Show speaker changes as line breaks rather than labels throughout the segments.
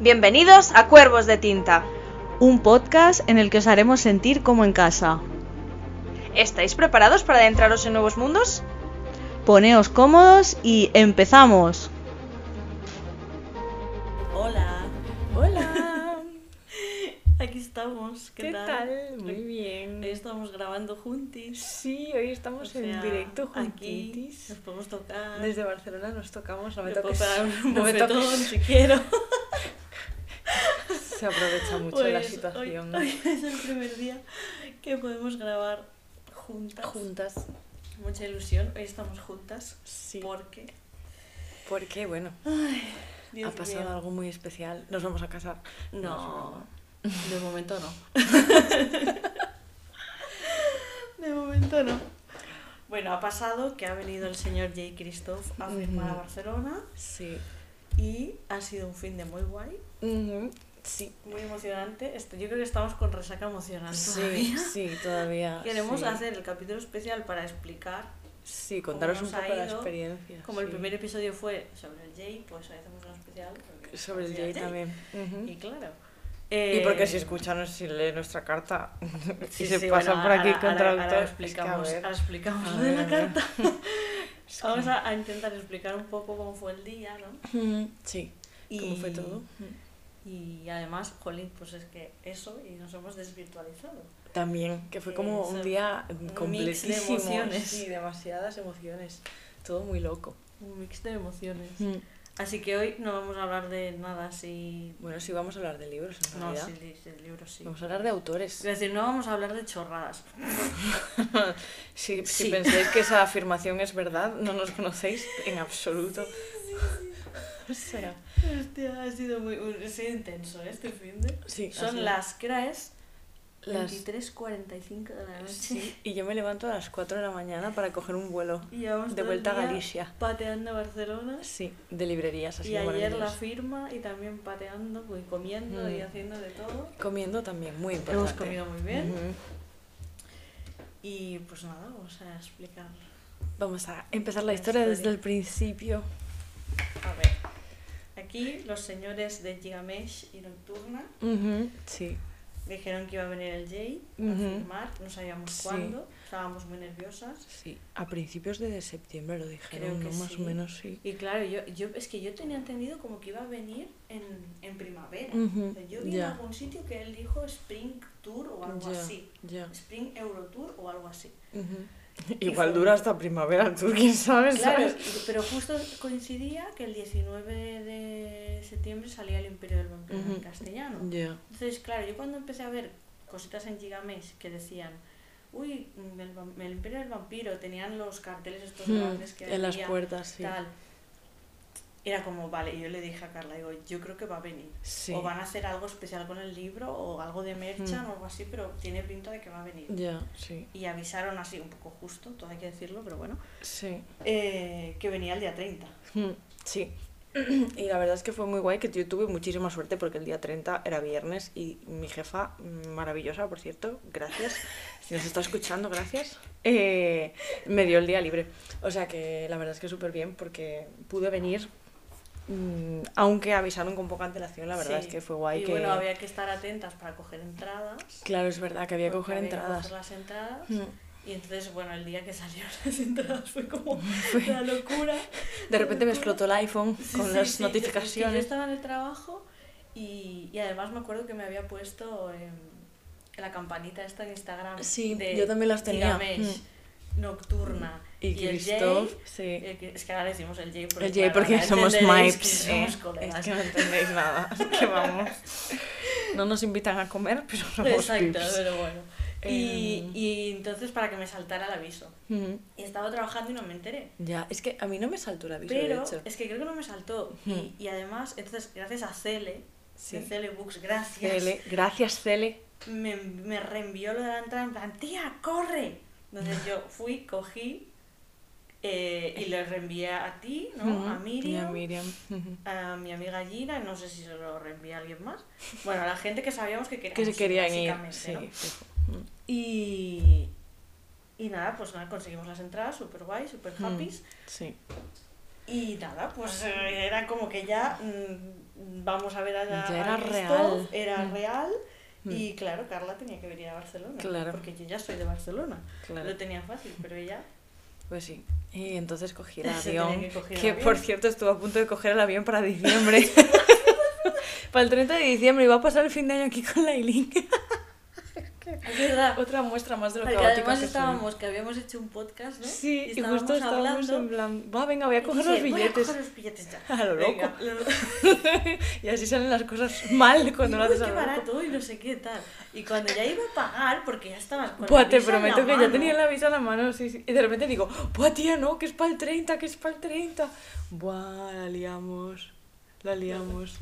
Bienvenidos a Cuervos de Tinta.
Un podcast en el que os haremos sentir como en casa.
¿Estáis preparados para adentraros en nuevos mundos?
Poneos cómodos y empezamos.
Hola,
Hola,
aquí estamos. ¿Qué,
¿qué tal? Muy bien.
Hoy estamos grabando juntis.
Sí, hoy estamos
O sea,
en directo
aquí nos
juntitis.
podemos tocar.
Desde Barcelona nos tocamos, no me
Te puedo
toques.
pegar un
no me
bofetón
toques.
si quiero.
Se aprovecha mucho la
Pues,
situación.
Hoy, hoy es el primer día que podemos grabar juntas.
Juntas.
Mucha ilusión. Hoy estamos juntas.
Sí.
Porque.
Porque, bueno,
Dios
ha pasado
mío.
algo muy especial. Nos vamos a casar.
No,
No.
de momento no. de momento no. Bueno, ha pasado que ha venido el señor J. Christoph a firmar a
Ujú.
Barcelona
Sí.
y ha sido un fin de muy guay,
Ujú, Sí.
muy emocionante. Este, yo creo que estamos con resaca emocional.
Sí,
todavía.
sí, todavía.
Queremos
sí.
hacer el capítulo especial para explicar.
Sí, contaros
cómo
un
nos ha
poco la
ido,
experiencia.
Como el
sí.
primer episodio fue sobre el J, pues hoy hacemos un especial. porque-
Sobre el Jay también. Ujú.
Y claro.
Y porque si
eh,
escuchan, si lee nuestra carta
Sí,
y se
sí,
pasan
bueno,
por aquí
ahora-
con
ahora- ahora
traductor, es que, a
explicamos,
ver,
ahora explicamos
a
lo
ver,
de
a
la
ver.
carta.
es que-
Vamos a, a intentar explicar un poco cómo fue el día, ¿no?
Ujú, Sí,
Y,
cómo fue todo.
Y además, jolín, pues es que eso y nos hemos desvirtualizado.
También, que fue como
Eso,
un día
eh, mix de
completísimo.
emociones.
Sí, demasiadas emociones. Todo muy loco.
Un mix de emociones. Mm. Así que hoy no vamos a hablar de nada así.
Bueno, sí, vamos a hablar de libros en
No,
realidad.
sí, li- del libro sí.
Vamos a hablar de
Es
autores.
decir, no vamos a hablar de chorradas.
Si,
Sí.
si pensáis que esa afirmación es verdad, no nos conocéis en absoluto. O sea,
Hostia, ha sido muy un- ha sido intenso ¿eh? este fin de.
sí, ha
Son
sido
las, ¿qué hora es?
las-
23.45 de la noche.
Sí, y yo me levanto a las 4 de la mañana para coger un vuelo
Y llevamos todo
de
el
vuelta a
día
Galicia.
Pateando Barcelona.
Sí, de librerías así.
Y ayer la firma y también pateando, y comiendo y
Mm.
haciendo de todo.
Comiendo también, muy importante.
Hemos comido muy bien.
Ujú.
Y pues nada, vamos a explicar.
Vamos a empezar la
La
historia desde
historia.
el principio.
A ver. Aquí los señores de Gigamesh y Nocturna
Ujú, Sí.
dijeron que iba a venir el Jay a
Ujú.
firmar, no sabíamos
Sí.
cuándo, estábamos muy nerviosas.
Sí, a principios de septiembre lo dijeron,
Creo que
¿no? más
sí.
o menos sí.
Y claro, yo, yo es que yo tenía entendido como que iba a venir en, en primavera.
Ujú,
O sea, Yo vi en
ya.
algún sitio que él dijo Spring Tour o algo
Ya,
así.
ya.
Spring Euro Tour o algo así.
Ujú.
Y
Igual
fue-
dura hasta primavera, tú quién sabes,
Claro,
Pues, ¿sabes?
y- pero justo coincidía que el 19 de septiembre salía el Imperio del Banquero en
Ujú.
castellano.
Ya.
Entonces, claro, yo cuando empecé a ver cositas en Gigamesh que decían, uy, mm, el, vam- el Imperio del Vampiro, tenían los carteles estos
Mm,
grandes que
En las
había,
puertas, sí.
tal. Era como, vale, y yo le dije a Carla, digo, yo creo que va a venir.
Sí.
O van a hacer algo especial con el libro, o algo de merchan,
Mm.
o algo así, pero tiene pinta de que va a venir.
Ya, sí.
Y avisaron así, un poco justo, todo hay que decirlo, pero bueno,
Sí.
eh, que venía el día 30.
Mm, Sí. Y la verdad es que fue muy guay, que yo tuve muchísima suerte porque el día 30 era viernes y mi jefa, mm, maravillosa por cierto, gracias, si nos está escuchando, gracias, eh, me dio el día libre. O sea que la verdad es que súper bien porque pude venir, mm, aunque avisaron con poca antelación, la verdad
Sí.
es que fue guay.
Y
que...
bueno, había que estar atentas para coger entradas.
Claro, es verdad que había que
porque
coger
había
entradas.
coger las entradas.
Mm.
Y entonces, bueno, el día que salieron las entradas fue como la locura.
De repente me explotó el iPhone
Sí,
con
sí, sí,
las
yo- es que Yo,
notificaciones.
estaba en el trabajo y, y además me acuerdo que me había puesto em, la campanita esta en Instagram.
Sí,
de
yo también las tenía. Mm.
Gigamesh, Nocturna.
Y,
el
Christoph,
Jay,
sí.
el que- es que ahora decimos el J porque,
El Jay
claro,
porque
ahora
somos
entenderéis que
Mipes.
somos
eh.
colegas.
Es que no entendéis nada. Es que vamos. No nos invitan a comer, pero somos
Exacto,
Pips.
pero bueno. Y,
Em.
y entonces para que me saltara el aviso.
Ujú.
Y estaba trabajando y no me enteré.
Ya, es que a mí no me saltó el aviso, de
Pero
hecho.
es que creo que no me saltó. Y, y además, entonces, gracias a Cele,
Hmm. Sí.
de Cele Books, gracias,
Cele, gracias, Cele.
Me, me reenvió lo de la entrada en plan, tía, corre. Entonces yo fui, cogí eh, y le reenvié a ti, ¿no?
Ujú.
A
Y
Miriam.
a Miriam. Ujú.
a mi amiga Gina, no sé si se lo reenvié a alguien más. Bueno, a la gente que sabíamos que queríamos
Que se
ir,
querían ir.
básicamente,
Sí,
¿no?
fijo. Mm.
Y,
Hmm.
y nada, pues nada, conseguimos las entradas, super guay, super happy.
Sí.
Y nada, pues eh, era como que ya mm, vamos a ver a, la-
Ya era
a esto,
real.
Era
Mm.
real. Y claro, Carla tenía que venir a Barcelona.
Claro.
Porque yo ya soy de Barcelona.
Claro.
Lo tenía fácil, pero ella.
Pues sí. Y entonces cogí el
Se tenía
avión,
que
que,
coger el avión.
por cierto estuvo a punto de coger el avión para diciembre. para el 30 de diciembre iba a pasar el fin de año aquí con la Eileen.
Es verdad.
Otra muestra más de lo
Porque
caótica
además
que soy.
estábamos, que habíamos hecho un podcast, ¿no?
Sí, y,
estábamos
justo estábamos
hablando,
en plan, va, venga, voy a
y
coger
dije,
los billetes.
Voy a coger los billetes ya.
A lo
Venga,
loco.
lo-
y así salen las cosas mal cuando
Y,
lo
"Uy,
haces a
qué
lo loco.
barato y no sé qué tal. Y cuando ya iba a pagar, porque ya estabas con la
Buah, te
visa en la
prometo que ya
mano,
tenía la visa en la mano, sí, sí. Y de repente digo, buah, tía, no, que es para el 30, que es para el 30. Buah, la liamos, la liamos.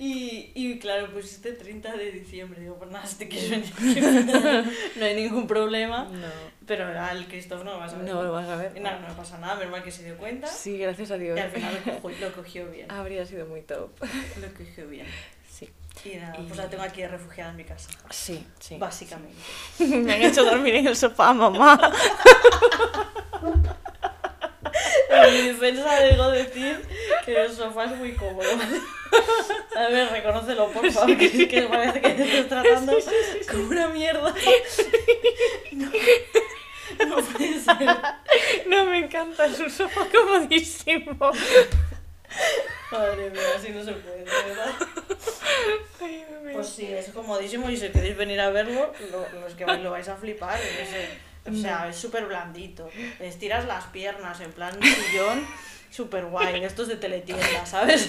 Y, y claro, pusiste 30 de diciembre. Digo, pues nada, si te quieres venir, no hay ningún problema.
No,
Pero al Christoph no lo vas a ver.
no lo vas a ver.
Y nada, no pasa nada, menos mal que se dio cuenta.
Sí, Ah, gracias a
Y
Dios.
al final lo cogió, lo cogió bien.
Habría sido muy top.
Lo cogió bien.
Sí,
Y nada,
Y-
pues la tengo aquí refugiada en mi casa.
sí, sí.
Básicamente.
Me han hecho dormir en el sofá, mamá.
En mi defensa debo decir que el sofá es muy cómodo. A ver, reconócelo, por favor, que, que parece que te estás tratando como una mierda. No, no puede ser.
No, me encanta, es un sofá comodísimo.
Madre mía, así no se puede, de ¿verdad?
Ay, me veo.
Pues sí, es comodísimo y si queréis venir a verlo, lo- los que vais lo vais a flipar. yo qué sé. O sea, es súper blandito. Estiras las piernas en plan sillón, súper guay. Esto es de teletienda, ¿sabes?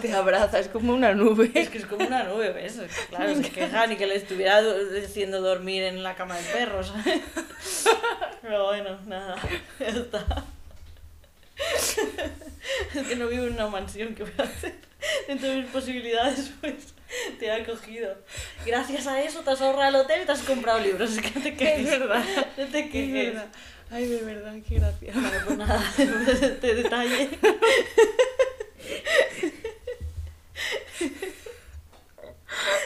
te abraza, es como una nube.
Es que es como una nube, ¿ves? Claro, se queja ni que le estuviera do- haciendo dormir en la cama del perro, ¿sabes? Pero bueno, nada, ya está. Es que no vivo en una mansión que voy a hacer. Dentro de mis posibilidades, pues te ha cogido. Gracias a eso te has ahorrado el hotel y te has comprado libros. Es que no te
Es
quejes.
verdad.
No te
Es
quejes.
verdad. Ay, de verdad, qué gracia.
Vale, pues nada, después de este detalle.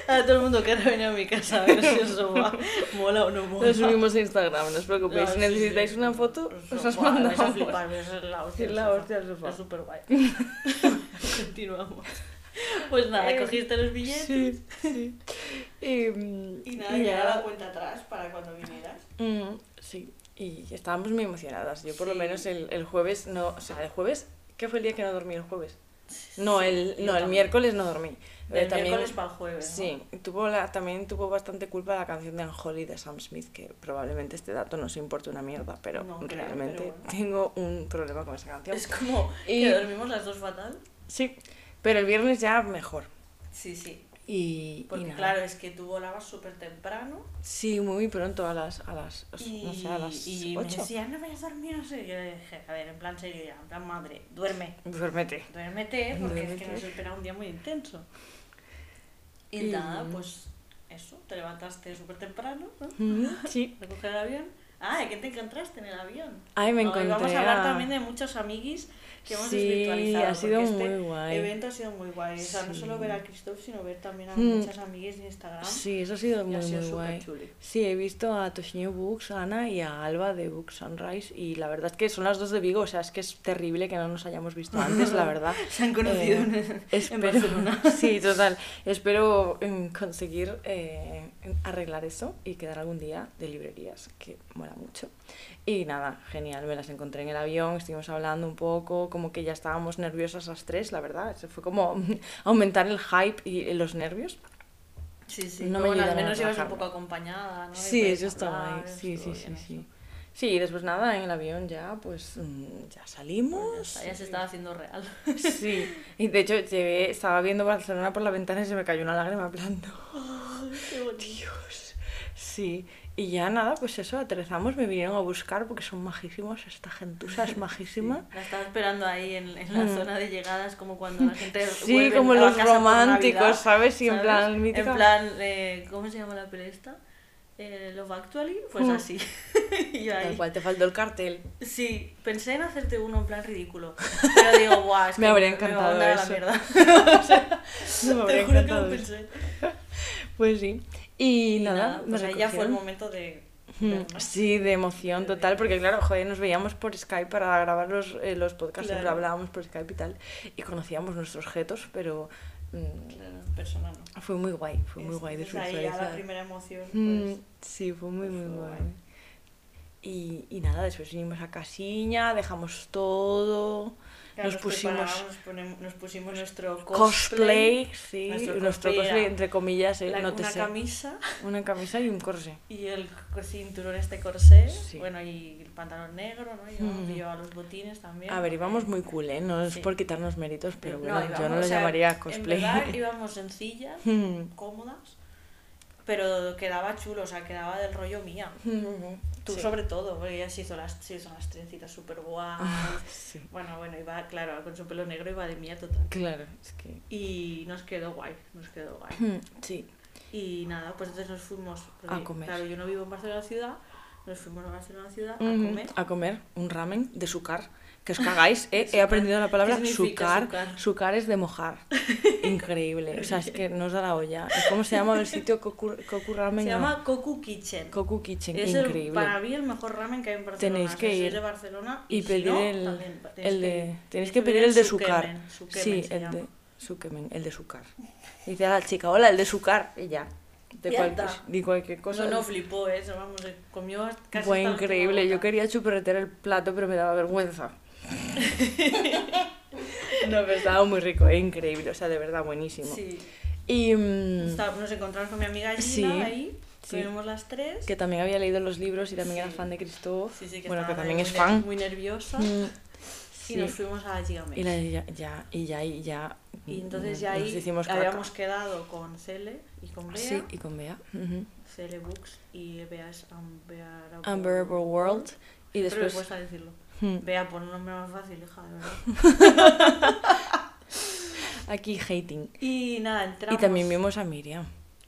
A Ah, todo el mundo que ha venido a mi casa a ver si el sofá mola o no mola.
Lo subimos a Instagram, no os preocupéis. Si necesitáis una foto, os las
mandamos. a
mandamos.
flipar, es la hostia.
Es
el
la
sofá.
hostia el sofá.
Es súper guay. Continuamos. Pues nada,
Eh,
cogiste los billetes
Sí, sí. Y, mm,
y nada, ya la cuenta atrás para cuando vinieras.
Mm, sí, y estábamos muy emocionadas. Yo por lo
Sí.
menos el, el jueves no, o sea, el jueves, ¿qué fue el día que no dormí el jueves? No,
sí,
el,
yo
no, el
también.
miércoles no dormí. Eh,
Del
también-
miércoles para el jueves. ¿no?
Sí, tuvo la, también tuvo bastante culpa la canción de Unholy de Sam Smith, que probablemente este dato nos importe una mierda, pero
No creo, pero
realmente
bueno.
tengo un problema con esa canción.
Es como
Y-
que dormimos las dos fatal.
Sí, pero el viernes ya mejor.
Sí, sí.
Y, y
Porque
nada.
claro, es que tú volabas súper temprano
Sí, muy pronto, a las, a las,
y,
Pues, no sé, a las
y me
8.
decían, no vayas a dormir, no sé. Yo le dije, a ver, en plan serio ya, en plan madre, duerme,
Duérmete.
duérmete, porque es que
Duérmete.
nos espera un día muy intenso. Y,
Y-
nada, pues eso, te levantaste súper temprano, ¿no?
Mm, Sí.
A coger el avión. Ah, ¿y qué te encontraste en el avión?
Ay, me
Hoy
encontré.
vamos a hablar también de muchos amiguis que hemos desvirtualizado.
ha sido
porque este
muy guay.
evento ha sido muy guay. O sea, no solo ver a Christoph, sino ver también a
Mm.
muchas amiguis de Instagram.
Sí, eso ha sido
y
muy,
ha sido
muy
súper
guay.
chuli.
Sí, he visto a Toshinho Books, a Ana y a Alba de Book Sunrise. Y la verdad es que son las dos de Vigo, o sea, es que es terrible que no nos hayamos visto antes, la verdad.
Se han conocido en,
Eh,
en
espero-
Barcelona.
Sí, total. Espero em, conseguir eh, arreglar eso y quedar algún día de librerías, que mola mucho. Y nada, genial, me las encontré en el avión, estuvimos hablando un poco, como que ya estábamos nerviosas las tres, la verdad. Se fue como aumentar el hype y los nervios.
Sí, sí. No
No me
bueno, al
ayudaron a
menos ibas un
trabajar.
poco acompañada, ¿no? Y
Sí,
puedes
eso está
hablar,
ahí. Sí, sí,
estuvo
sí,
bien
sí.
eso.
Sí, y después nada, en el avión ya, pues mm, ya
Bueno, ya
salimos.
está, ya se estaba haciendo real.
Sí, y de hecho llegué- estaba viendo Barcelona por la ventana y se me cayó una lágrima hablando.
Qué bonito.
Dios. Sí, y ya nada, pues eso, aterrizamos, me vinieron a buscar porque son majísimos, esta gentuza es majísima.
La estaba esperando ahí en, en la zona de llegadas, como cuando la gente.
Sí,
vuelve
como
a
los
casa por
románticos,
Navidad,
¿sabes? Y en plan, mítica-
En plan, eh, ¿cómo se llama la peli esta? Eh, Love Actually, pues
Mm.
así. y yo ahí.
Tal cual, te faltó el cartel.
Sí, pensé en hacerte uno en plan ridículo. Pero digo, guau, es que
Me habría
va a
encantado
mandar a
eso.
La mierda.
No me
Te juro
habría
que
encantado
lo
eso.
pensé.
Pues sí, y,
Y
nada,
nada,
me
pues ahí ya fue el
recogieron.
momento de
Sí, de emoción total, porque claro, joder, nos veíamos por Skype para grabar los, eh, los podcasts, siempre
Claro.
hablábamos por Skype y tal, y conocíamos nuestros jetos, pero mm,
Claro, persona no.
fue muy guay, fue muy
Es-
guay de
es ahí ya la
visualizar.
primera emoción.
Mm,
pues.
sí, fue muy,
pues
muy
fue
guay.
guay.
Y, y nada, después vinimos a casiña, dejamos todo,
Claro,
nos pusimos
preparábamos, ponem- nos pusimos nuestro
cosplay, sí,
Nuestro
nuestro
cosplay era
cosplay, entre comillas, eh,
la-
no te
una
sé,
camisa
una camisa y un corsé.
y el c- cinturón este corsé,
Sí.
bueno, y el pantalón negro, ¿no? Yo
Mm.
llevaba los botines también.
A ver, íbamos muy cool, ¿eh? No es
Sí.
por quitarnos méritos, pero
No,
bueno, yo no
íbamos,
lo
o sea,
llamaría
En
cosplay.
verdad íbamos sencillas,
Mm.
cómodas, pero quedaba chulo, o sea, quedaba del rollo mía. Tú
Sí.
sobre todo, porque ella se hizo las, se hizo las trencitas súper guay.
Ah, sí.
Bueno, bueno, iba, claro, con su pelo negro iba de mía total.
Claro, es que...
Y nos quedó guay, nos quedó guay.
Sí.
Y nada, pues entonces nos fuimos.
A comer.
Claro, yo no vivo en Barcelona ciudad, nos fuimos a Barcelona ciudad
Ujú.
a comer.
A comer un ramen de sucar. Que os cagáis, ¿eh? He aprendido la palabra
¿Qué significa
sucar.
sucar?
Sucar es de mojar. Increíble. O sea, es que nos da la olla. ¿Cómo se llama el sitio Koku, Koku Ramen?
Se
No.
llama Koku Kitchen.
Koku Kitchen.
es el-
Increíble.
para mí el mejor ramen que hay en Barcelona. O
Tenéis
sea,
que
si sois
ir
de Barcelona
y
si
pedir
no,
el,
también tenéis
el
que
de
ir.
tenéis que pedir el de sucar
Sukemen, Sukemen
sí
se
el
llama.
de sukemen el de sucar dice a la chica hola el de sucar y ya de
Ya
cualquier,
está.
de cualquier cosa
No, no, flipó, ¿eh? Se- Vamos, eh, comió casi
fue
hasta la
increíble
última
yo
gota.
quería chuperretear el plato pero me daba vergüenza no pero estaba muy rico eh, increíble o sea de verdad buenísimo
Sí.
y mm,
Está- nos encontramos con mi amiga Gina
Sí,
ahí,
sí.
comimos las tres.
que también había leído los libros y también
Sí.
era fan de Christoph
Sí, sí, que
bueno que
estaba
también
muy
es
ner-
fan
Muy nerviosa.
Mm,
Y nos
sí.
fuimos a Gigamex.
Y la- ya, ya, y ya, y ya.
Y entonces
nos-
ya
nos
ahí
hicimos caca.
habíamos quedado con Cele y con Bea.
Sí, y con Bea. ujú.
Cele Books y Bea es Unbearable
Unbearable World.
Pero me
Y después.
cuesta decirlo.
Hmm.
Bea, pon un nombre más fácil, hija, de verdad.
Aquí hating.
Y nada, entramos.
Y también vimos a Miriam.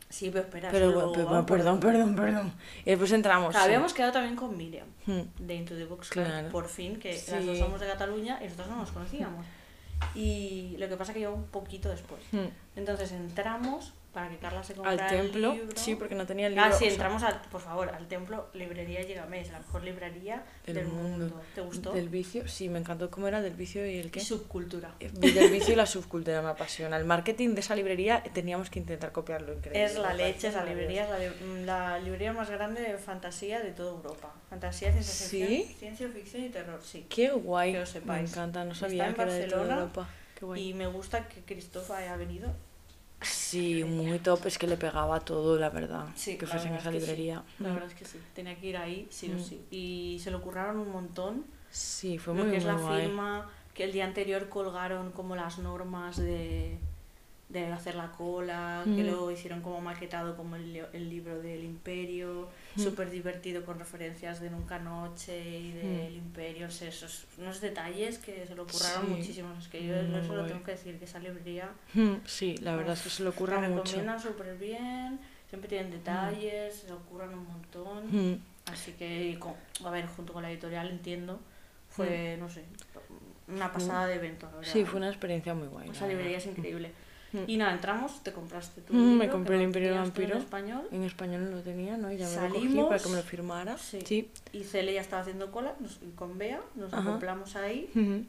Sí, pero espera.
Pero,
luego
pero-
vamos por-
perdón, perdón, perdón. Y después entramos.
O sea,
sí.
habíamos quedado también con Miriam
Hmm.
de Into the Box
Claro.
por fin, que
Sí.
las dos somos de Cataluña y nosotros no nos conocíamos. Y lo que pasa que yo un poquito después.
Hmm.
Entonces entramos para que Carla se
Al
comprara
templo.
el libro.
Sí, porque no tenía el libro.
Ah, sí,
o sea,
entramos, al, por favor, al templo Librería Llegames, la mejor librería
del
del, mundo. ¿Te gustó?
Del vicio. Sí, me encantó cómo era del vicio y el qué.
Subcultura.
Eh, Del vicio y la subcultura me apasiona. El marketing de esa librería eh, teníamos que intentar copiarlo, increíble.
Es la
me parece
leche, esa librería
maravilloso.
es la, li- mm, la librería más grande de fantasía de toda Europa. Fantasía, ciencia ficción,
¿Sí?
ciencia ficción y terror, sí.
Qué guay.
Que lo sepáis.
Me encanta, no
Está
sabía
en
que era de toda
Barcelona
Europa. Qué guay.
Y me gusta que Cristóbal haya venido.
Sí, muy top, es que le pegaba todo, la verdad.
Sí,
que
la
fuese en esa
verdad es que sí.
librería. Hmm.
La verdad es que sí, tenía que ir ahí, sí o
Mm.
sí. Y se lo curraron un montón.
Sí, fue
lo
muy,
que es
muy
la
guay.
firma, que el día anterior colgaron como las normas de, de hacer la cola, que
Mm.
luego hicieron como maquetado como el, li- el libro del imperio,
Mm.
súper divertido con referencias de Nunca Noche y del imperio, o sea, esos unos detalles que se lo curraron
Mm. Sí.
muchísimo, es que yo
Muy
eso lo
guay.
tengo que decir, que esa librería
Mm, Sí, la verdad es que se le
la
ocurra mucho.
recomiendan súper bien, siempre tienen detalles, se lo curran un montón.
Mm,
Así que, con- a ver, junto con la editorial, entiendo, fue, no sé, una pasada de evento, la verdad.
Mm. Sí, fue una experiencia muy guay.
Esa
la
librería
verdad.
es increíble.
Mm.
Y nada, entramos, te compraste tu
Mm, me
libro, que
compré
no
El Imperio
tenías tú en
Vampiro.
español,
En español no lo tenía, ¿no? Y ya me lo cogí
Salimos.
para que me lo firmara.
Sí.
Sí.
y Cele ya estaba haciendo cola, nos- y con Bea, nos
Ajá.
acoplamos ahí,
Ujú.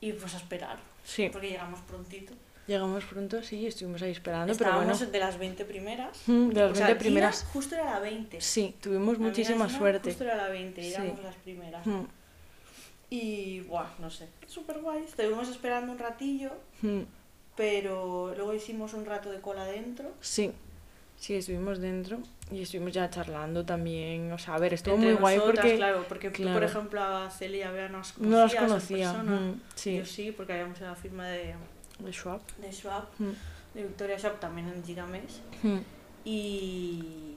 y pues a esperar,
Sí,
porque llegamos prontito.
llegamos pronto, sí, y estuvimos ahí esperando, pero bueno.
Estábamos de las 20 primeras.
Mm, De
O
las 20
sea, Gina
primeras.
justo era la 20.
Sí, tuvimos
La amiga
muchísima
Gina
suerte.
Justo era la 20, y
Sí.
éramos las primeras.
Mm,
Y, buah, no sé, súper guay. Estuvimos esperando un ratillo,
mm,
pero luego hicimos un rato de cola dentro.
Sí. Sí, estuvimos dentro y estuvimos ya charlando también. O sea, a ver, estuvo
Entre
muy guay
nosotras,
porque
Claro, porque tú, por
claro.
ejemplo, a Celia y a Bea no las conocía.
no las
a esas
conocía.
personas.
mm, sí.
Yo sí, porque habíamos ido a la firma de,
de Schwab.
de Schwab,
Mm.
de Victoria Schwab, también en Gigamesh.
Mm.
Y...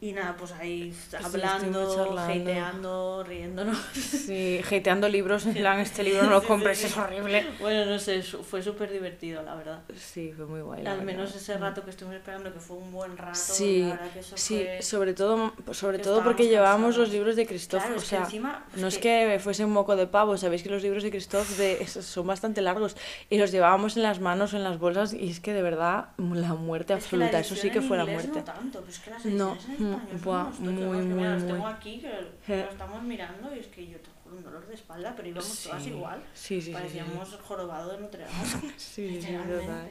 Y nada, pues ahí
Eh, estuvimos
hablando,
charlando.
hateando, riéndonos.
Sí, hateando libros, en plan, este libro no lo compres, es horrible.
bueno, no sé, su- fue súper divertido, la verdad.
Sí, fue muy guay. la
Al
verdad. Mm.
menos ese rato que estuvimos esperando, que fue un buen rato.
Sí,
la verdad que eso
sí,
fue-
sobre todo, sobre
que
todo porque
estábamos
llevábamos
cansados.
los libros de Christoph,
Claro,
o
es que
sea,
encima, es
no es
que-
que fuese un moco de pavo, sabéis que los libros de Christoph de, esos son bastante largos y los llevábamos en las manos o en las bolsas y es que de verdad la muerte
Es que la
absoluta, eso sí
edición
que
en
fue la
inglés
muerte.
No tanto, pero es que las
No, mm,
ediciones en España, son
buah,
unos
muy,
tochos, que
muy,
mira, los
muy.
tengo aquí que
Eh.
lo estamos mirando y es que yo te juro un dolor de espalda, pero íbamos todas
Sí.
igual.
Sí, sí, sí,
Parecíamos jorobado de Notre Dame.
Sí, sí, sí, es
Literalmente.
verdad.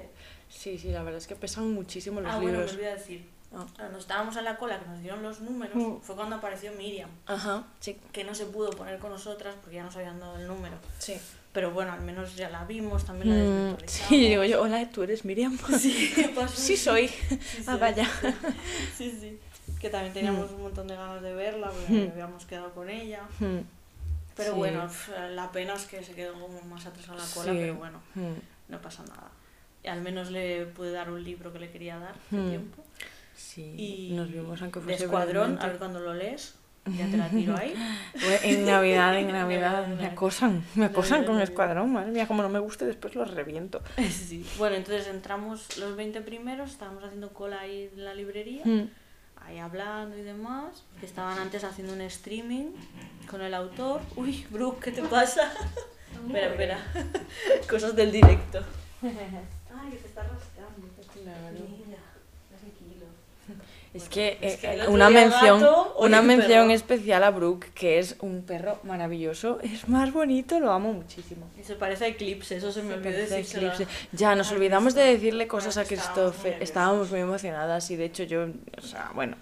Sí, sí, la verdad es que pesan muchísimo los
ah, bueno, me
libros.
olvidé decir.
Ah.
Cuando estábamos en la cola que nos dieron los números,
Mm.
fue cuando apareció Miriam,
Ajá, sí,
que no se pudo poner con nosotras porque ya nos habían dado el número.
sí.
Pero bueno, al menos ya la vimos, también la
Mm,
desvirtualizamos.
sí, digo yo, hola, ¿tú eres Miriam? Sí,
pues,
soy.
sí,
Ah,
sí.
vaya. Mm.
Sí, sí. Que también teníamos un montón de ganas de verla porque habíamos quedado con ella.
Mm,
Pero
Sí.
bueno, pf, la pena es que se quedó como más atrás a la cola,
Sí.
pero bueno,
mm.
no pasa nada. Y al menos le pude dar un libro que le quería dar hace
Hmm.
tiempo.
Sí,
Y
nos vimos aunque
de
fuese
escuadrón, a ver
brevemente.
cuando lo lees, ya te la tiro ahí.
Bueno, En Navidad, en
Navidad,
Navidad, me acosan, me acosan
Navidad,
con
Navidad.
escuadrón, madre mía, como no me guste, después los reviento.
Sí. Bueno, entonces entramos los 20 primeros, estábamos haciendo cola ahí en la librería,
Mm,
ahí hablando y demás. Que estaban antes haciendo un streaming con el autor. Uy, Brooke, ¿qué te pasa? espera, espera. Cosas del directo. Ay, que te está rascando. Mira, tranquilo.
Es que,
es
eh,
que el otro
una
día el
mención,
gato, hoy
una
el
mención
perro.
especial a Brooke, que es un perro maravilloso, es más bonito, lo amo muchísimo.
Y se parece a Eclipse, eso se me olvidó
Parece
decírselo.
Eclipse. Ya, nos
Ah,
olvidamos de
listo.
decirle cosas a
Bueno, que estábamos muy
Christopher.
nerviosos.
Estábamos muy emocionadas y de hecho yo, o sea, bueno,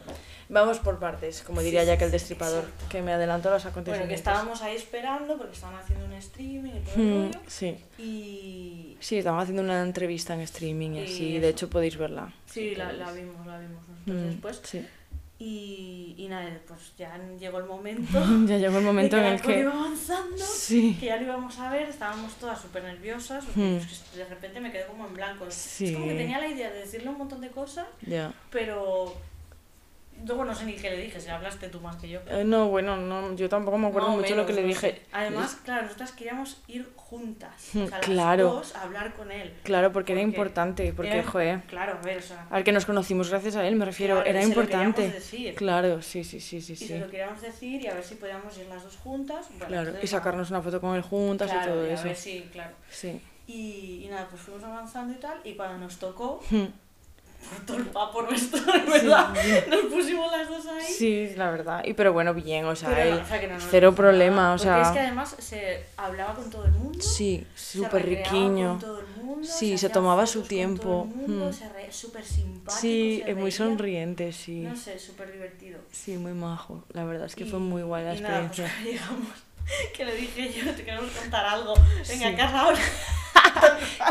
vamos por partes, como diría
sí,
ya que el
sí,
destripador,
exacto.
que me adelantó los
Bueno,
acontecimientos.
que estábamos ahí esperando porque estaban haciendo un streaming y todo el
Mm,
rollo.
sí,
Y.
sí, estábamos haciendo una entrevista en streaming y
Y
así,
eso.
de hecho podéis verla.
Sí,
si
la,
queréis.
la vimos, la vimos nosotros
Mm,
después.
Sí.
Y, y nada, pues ya llegó el momento.
Ya llegó el momento
de
en
que
el
la cola
que...
iba avanzando.
Sí.
Que ya lo íbamos a ver, estábamos todas súper nerviosas. porque
Mm.
es que de repente me quedé como en blanco.
Sí.
Es como que tenía la idea de decirle un montón de cosas,
Ya.
pero. Luego no sé ni qué le dije, si hablaste tú más que yo.
Eh, no, bueno, no, yo tampoco me acuerdo
Más o
mucho lo que
menos,
le
no
dije.
sé. Además, claro, nosotras queríamos ir juntas.
Mm,
O sea,
claro.
Las dos a hablar con él.
Claro, porque era
Porque
importante, porque,
Era-
joder...
Claro, a ver, o sea.
Al que nos conocimos gracias a él, me refiero,
claro,
era
se lo
importante.
queríamos decir.
Claro, sí, sí, sí, sí,
Y
sí.
se lo queríamos decir y a ver si podíamos ir las dos juntas. Bueno,
Claro,
entonces,
y sacarnos una foto con él juntas
claro,
y todo
a
eso.
ver si, claro.
Sí.
Y, y nada, pues fuimos avanzando y tal. Y cuando nos tocó,
Hmm.
por todo el papo nuestro, de verdad, nos pusimos las dos ahí.
Sí, la verdad. Y pero bueno, bien, o sea,
Pero,
él
o sea, que no nos
cero
pasó
problema,
nada,
o sea.
Porque es que además se hablaba con todo el mundo.
sí,
se
súper
recreaba
riquiño.
con todo el mundo,
Sí, se
hacía
tomaba
fotos
su
con todo el
tiempo,
mundo,
mm.
se re- súper simpático.
Sí,
se
es muy
reía.
sonriente, sí.
No sé, súper divertido.
Sí, muy majo. La verdad es que fue
Y-
muy guay la
y nada, pues,
experiencia.
digamos que le dije yo, te queremos contar algo. Venga,
Sí.
Carla, ahora.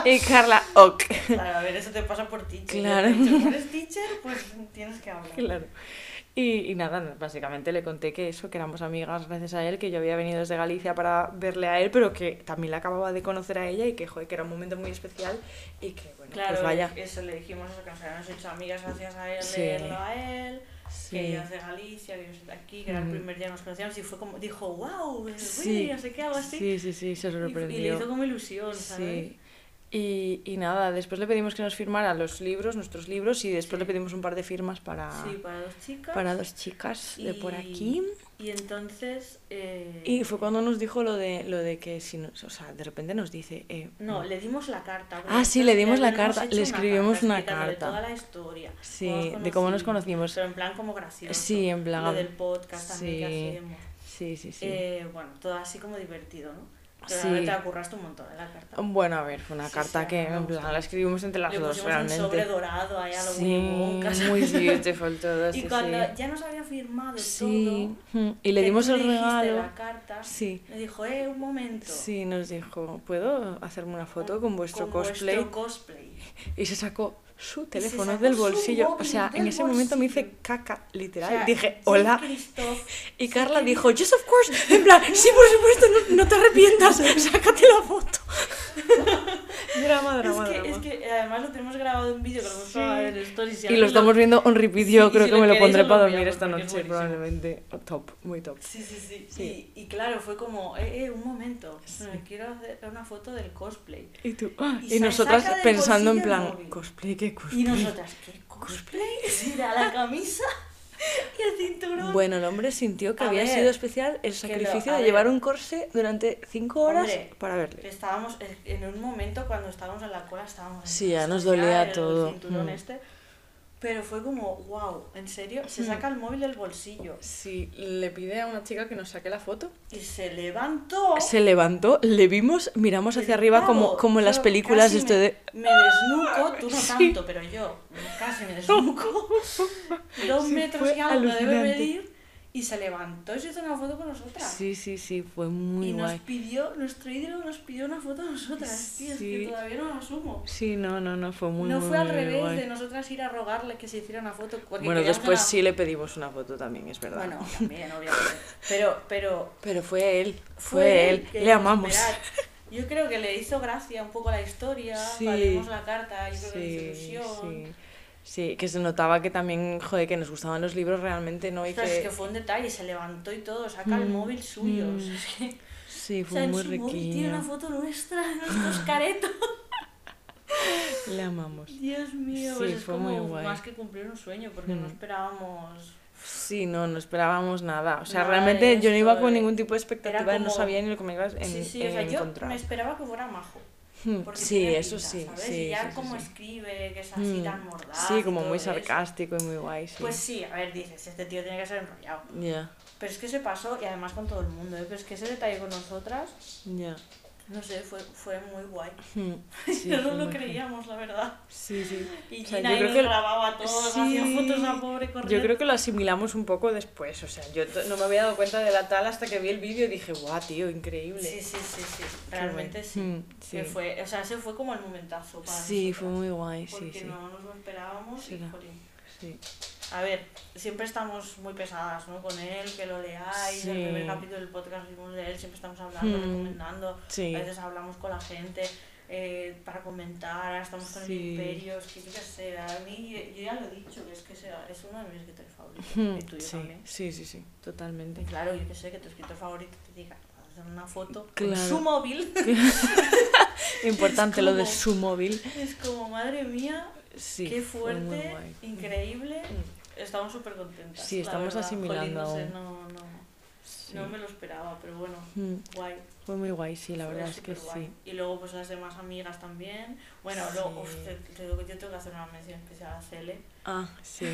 Y Carla, ok.
Claro, a ver, eso te pasa por teacher.
Claro.
Yo te he dicho, Como eres teacher, pues tienes que hablar.
Claro. Y, y nada, básicamente le conté que eso, que éramos amigas gracias a él, que yo había venido desde Galicia para verle a él, pero que también la acababa de conocer a ella y que, joder, que era un momento muy especial y que, bueno,
Claro,
pues vaya.
eso le dijimos, eso, que nos habíamos hecho amigas gracias a él,
Sí.
leerlo a él. Que
Sí,
yo es de Galicia, que yo soy de aquí, que era el
Mm.
primer día que nos conocíamos y fue como, dijo, wow,
Sí.
no sé qué, algo así.
sí, sí, sí, se
Y- Y, le hizo
sorprendió.
como ilusión, ¿sabes?
Sí. Y, y nada, después le pedimos que nos firmara los libros, nuestros libros, y después le pedimos un par de firmas para,
Sí, para dos chicas.
para dos chicas de por
Y-
aquí.
Y entonces. eh,
Y fue cuando nos dijo lo de, lo de que, si nos, o sea, de repente nos dice... eh,
No, le dimos la carta. porque
Ah, sí,
nosotros
le dimos la
habíamos
carta,
hecho
le escribimos una
explicándole
carta.
toda la historia.
Sí, de cómo nos conocimos.
Pero en plan como gracioso.
Sí, en plan-
Lo del podcast también
Sí,
que hacemos.
Sí, sí, sí.
Eh, bueno, todo así como divertido, ¿no? Pero
Sí.
la verdad te la curraste un montón en la carta.
Bueno, a ver, fue una
Sí,
carta
sí,
que
me
en
gustó.
plan, la escribimos entre las
Le
dos
pusimos
realmente.
un sobre dorado ahí a lo
sí,
Willy Wonka,
muy
¿sabes?
beautiful todo, sí,
Y cuando
sí.
ya nos había firmado
Sí,
todo,
mm, y le
que
dimos
tú
el
dijiste
regalo.
la carta,
Sí.
me dijo, eh, un momento.
Sí, nos dijo, ¿puedo hacerme una foto con vuestro
con
cosplay?
vuestro cosplay.
Y se sacó su
se
teléfono
sacó
del
su
bolsillo. O
móvil
sea, en
del
ese momento me hice
bolsillo.
caca,
O
literal.
sea,
Dije,
sí,
hola.
Christoph,
Y Carla dijo, yes, of course. En plan, sí, por supuesto, no, no te arrepientas, sácate la foto. drama,
Es
drama,
que,
drama.
es que eh, además lo tenemos grabado en vídeo que lo hemos
Sí.
grabado en stories.
Y lo estamos viendo on repeat, yo
Sí,
creo
si
que
lo
me lo
queréis,
pondré
os lo
para dormir
enviamos,
esta
porque es
noche,
buenísimo.
probablemente. Top, muy top.
Sí, sí, sí.
Sí.
Y, y claro, fue como, eh, eh, un momento,
Sí.
me quiero hacer una foto del cosplay.
Y tú, ¡ah!
Y
y,
se
nosotras
saca del
pensando en
bolsillo el
plan,
móvil.
cosplay, qué cosplay.
Y nosotras, ¿qué cosplay? Mira la camisa y el cinturón.
Bueno, el hombre sintió que
A
había
ver,
sido especial el
que lo-
sacrificio
a
de
ver.
llevar un corse durante cinco horas
Hombre,
para verle.
Estábamos eh, en- en un momento cuando estábamos en la cola, estábamos. en
Sí, ya
esto,
nos dolía
el
todo.
cinturón
Mm.
este. Pero fue como, wow, ¿en serio? Se saca el móvil del bolsillo.
Si le pide a una chica que nos saque la foto.
Y se levantó.
Se levantó, le vimos, miramos hacia arriba como,
Claro,
como en
yo
las películas
casi
esto
me,
de...
Me desnuco, tú no tanto, pero yo casi me desnuco. Dos
Sí,
metros
fue
y algo debe
alucinante.
medir. Y se levantó y se hizo una foto con nosotras.
Sí, sí, sí, fue
y
muy
nos
guay.
pidió, nuestro ídolo nos pidió una foto a nosotras, tío, es
Sí.
que todavía no lo asumo.
Sí, no, no, no, fue muy,
no
muy,
fue al
muy, muy
revés
guay.
de nosotras ir a rogarle que se hiciera una foto. porque
Bueno,
queríamos
después
una-
sí le pedimos una foto también, es verdad.
Bueno, también, obviamente. Pero, pero
Pero fue él, fue, él,
que
le amamos.
esperar. Yo creo que le hizo gracia un poco la historia,
Sí.
valimos la carta, yo creo que le hizo
Sí,
ilusión.
sí. Sí, que se notaba que también, joder, que nos gustaban los libros realmente, ¿no? Y
Ostras, es
que... Mm,
que fue un detalle, se levantó y todo, saca el móvil suyo. o sea, es que-
Sí,
o sea,
fue
en
muy
su móvil tiene una
riquillo.
foto nuestra, de nuestros caretos.
Le amamos.
Dios mío,
Sí,
pues es
fue
como
muy guay. Mm.
más que cumplir un sueño, porque no esperábamos.
Sí, no, no esperábamos nada. O sea,
Nada
realmente
de
yo no iba
esto,
con
eh.
ningún tipo de expectativa,
Era
no
como-
sabía ni lo que me ibas a en-
sí, sí, o sea,
en
yo
encontrar.
me esperaba que fuera majo.
Hmm,
Porque
Sí,
tiene
eso
pinta,
sí,
¿sabes? Y
sí,
ya
sí, sí,
como
sí.
escribe, que es así
Mm.
tan mordaz.
Sí,
y
como
todo
muy
eso.
sarcástico y muy guay, sí.
Pues sí, a ver, dices, este tío tiene que ser enrollado.
Ya,
Pero es que se pasó, y además con todo el mundo, ¿eh? pero es que ese detalle con nosotras,
ya.
no sé, fue, fue muy guay.
Hmm, sí,
no
fue
nos lo
muy
creíamos, la verdad.
Sí, sí.
Y
O sea,
Gina
yo
ahí
creo
nos
que-
grababa a todos, hacía
Sí.
fotos a pobre corriendo.
Yo creo que lo asimilamos un poco después, o sea, yo t- no me había dado cuenta de la tal hasta que vi el vídeo y dije, guau, tío, increíble.
Sí, sí, sí, sí, realmente
bueno.
sí.
Mm,
Que
sí.
fue, o sea, ese fue como el momentazo para
Sí, fue
nosotras,
muy guay, sí,
Porque
sí.
no nos lo esperábamos y,
Será.
jolín.
sí.
A ver, siempre estamos muy pesadas, ¿no? Con él, que lo leáis, el
Sí.
primer capítulo del podcast vimos de él, siempre estamos hablando,
Mm.
recomendando,
Sí.
a veces hablamos con la gente eh, para comentar, ahora estamos con el
Sí.
Imperio, es que yo qué sé, a mí, yo ya lo he dicho, que es que sea- es uno de mis escritores favoritos,
Hmm,
el tuyo
sí,
también.
sí, sí, sí, totalmente.
Y claro, yo qué sé, que tu escritor favorito te diga, hacer una foto con
Claro.
su móvil,
Importante lo de
como-
su móvil.
es como, madre mía,
Sí,
qué
fue muy
fuerte,
guay.
increíble, estamos súper contentas.
Sí,
la
estamos
verdad. Jolín, no
asimilando
sé,
aún.
no, no.
Sí.
No me lo esperaba, pero bueno,
Mm,
guay.
Fue muy guay, sí, la
fue
verdad es que
superguay.
sí.
Y luego pues las demás amigas también. Bueno, luego, uf,
Sí.
te- te digo que yo tengo que hacer una mención especial a Cele.
Ah, sí.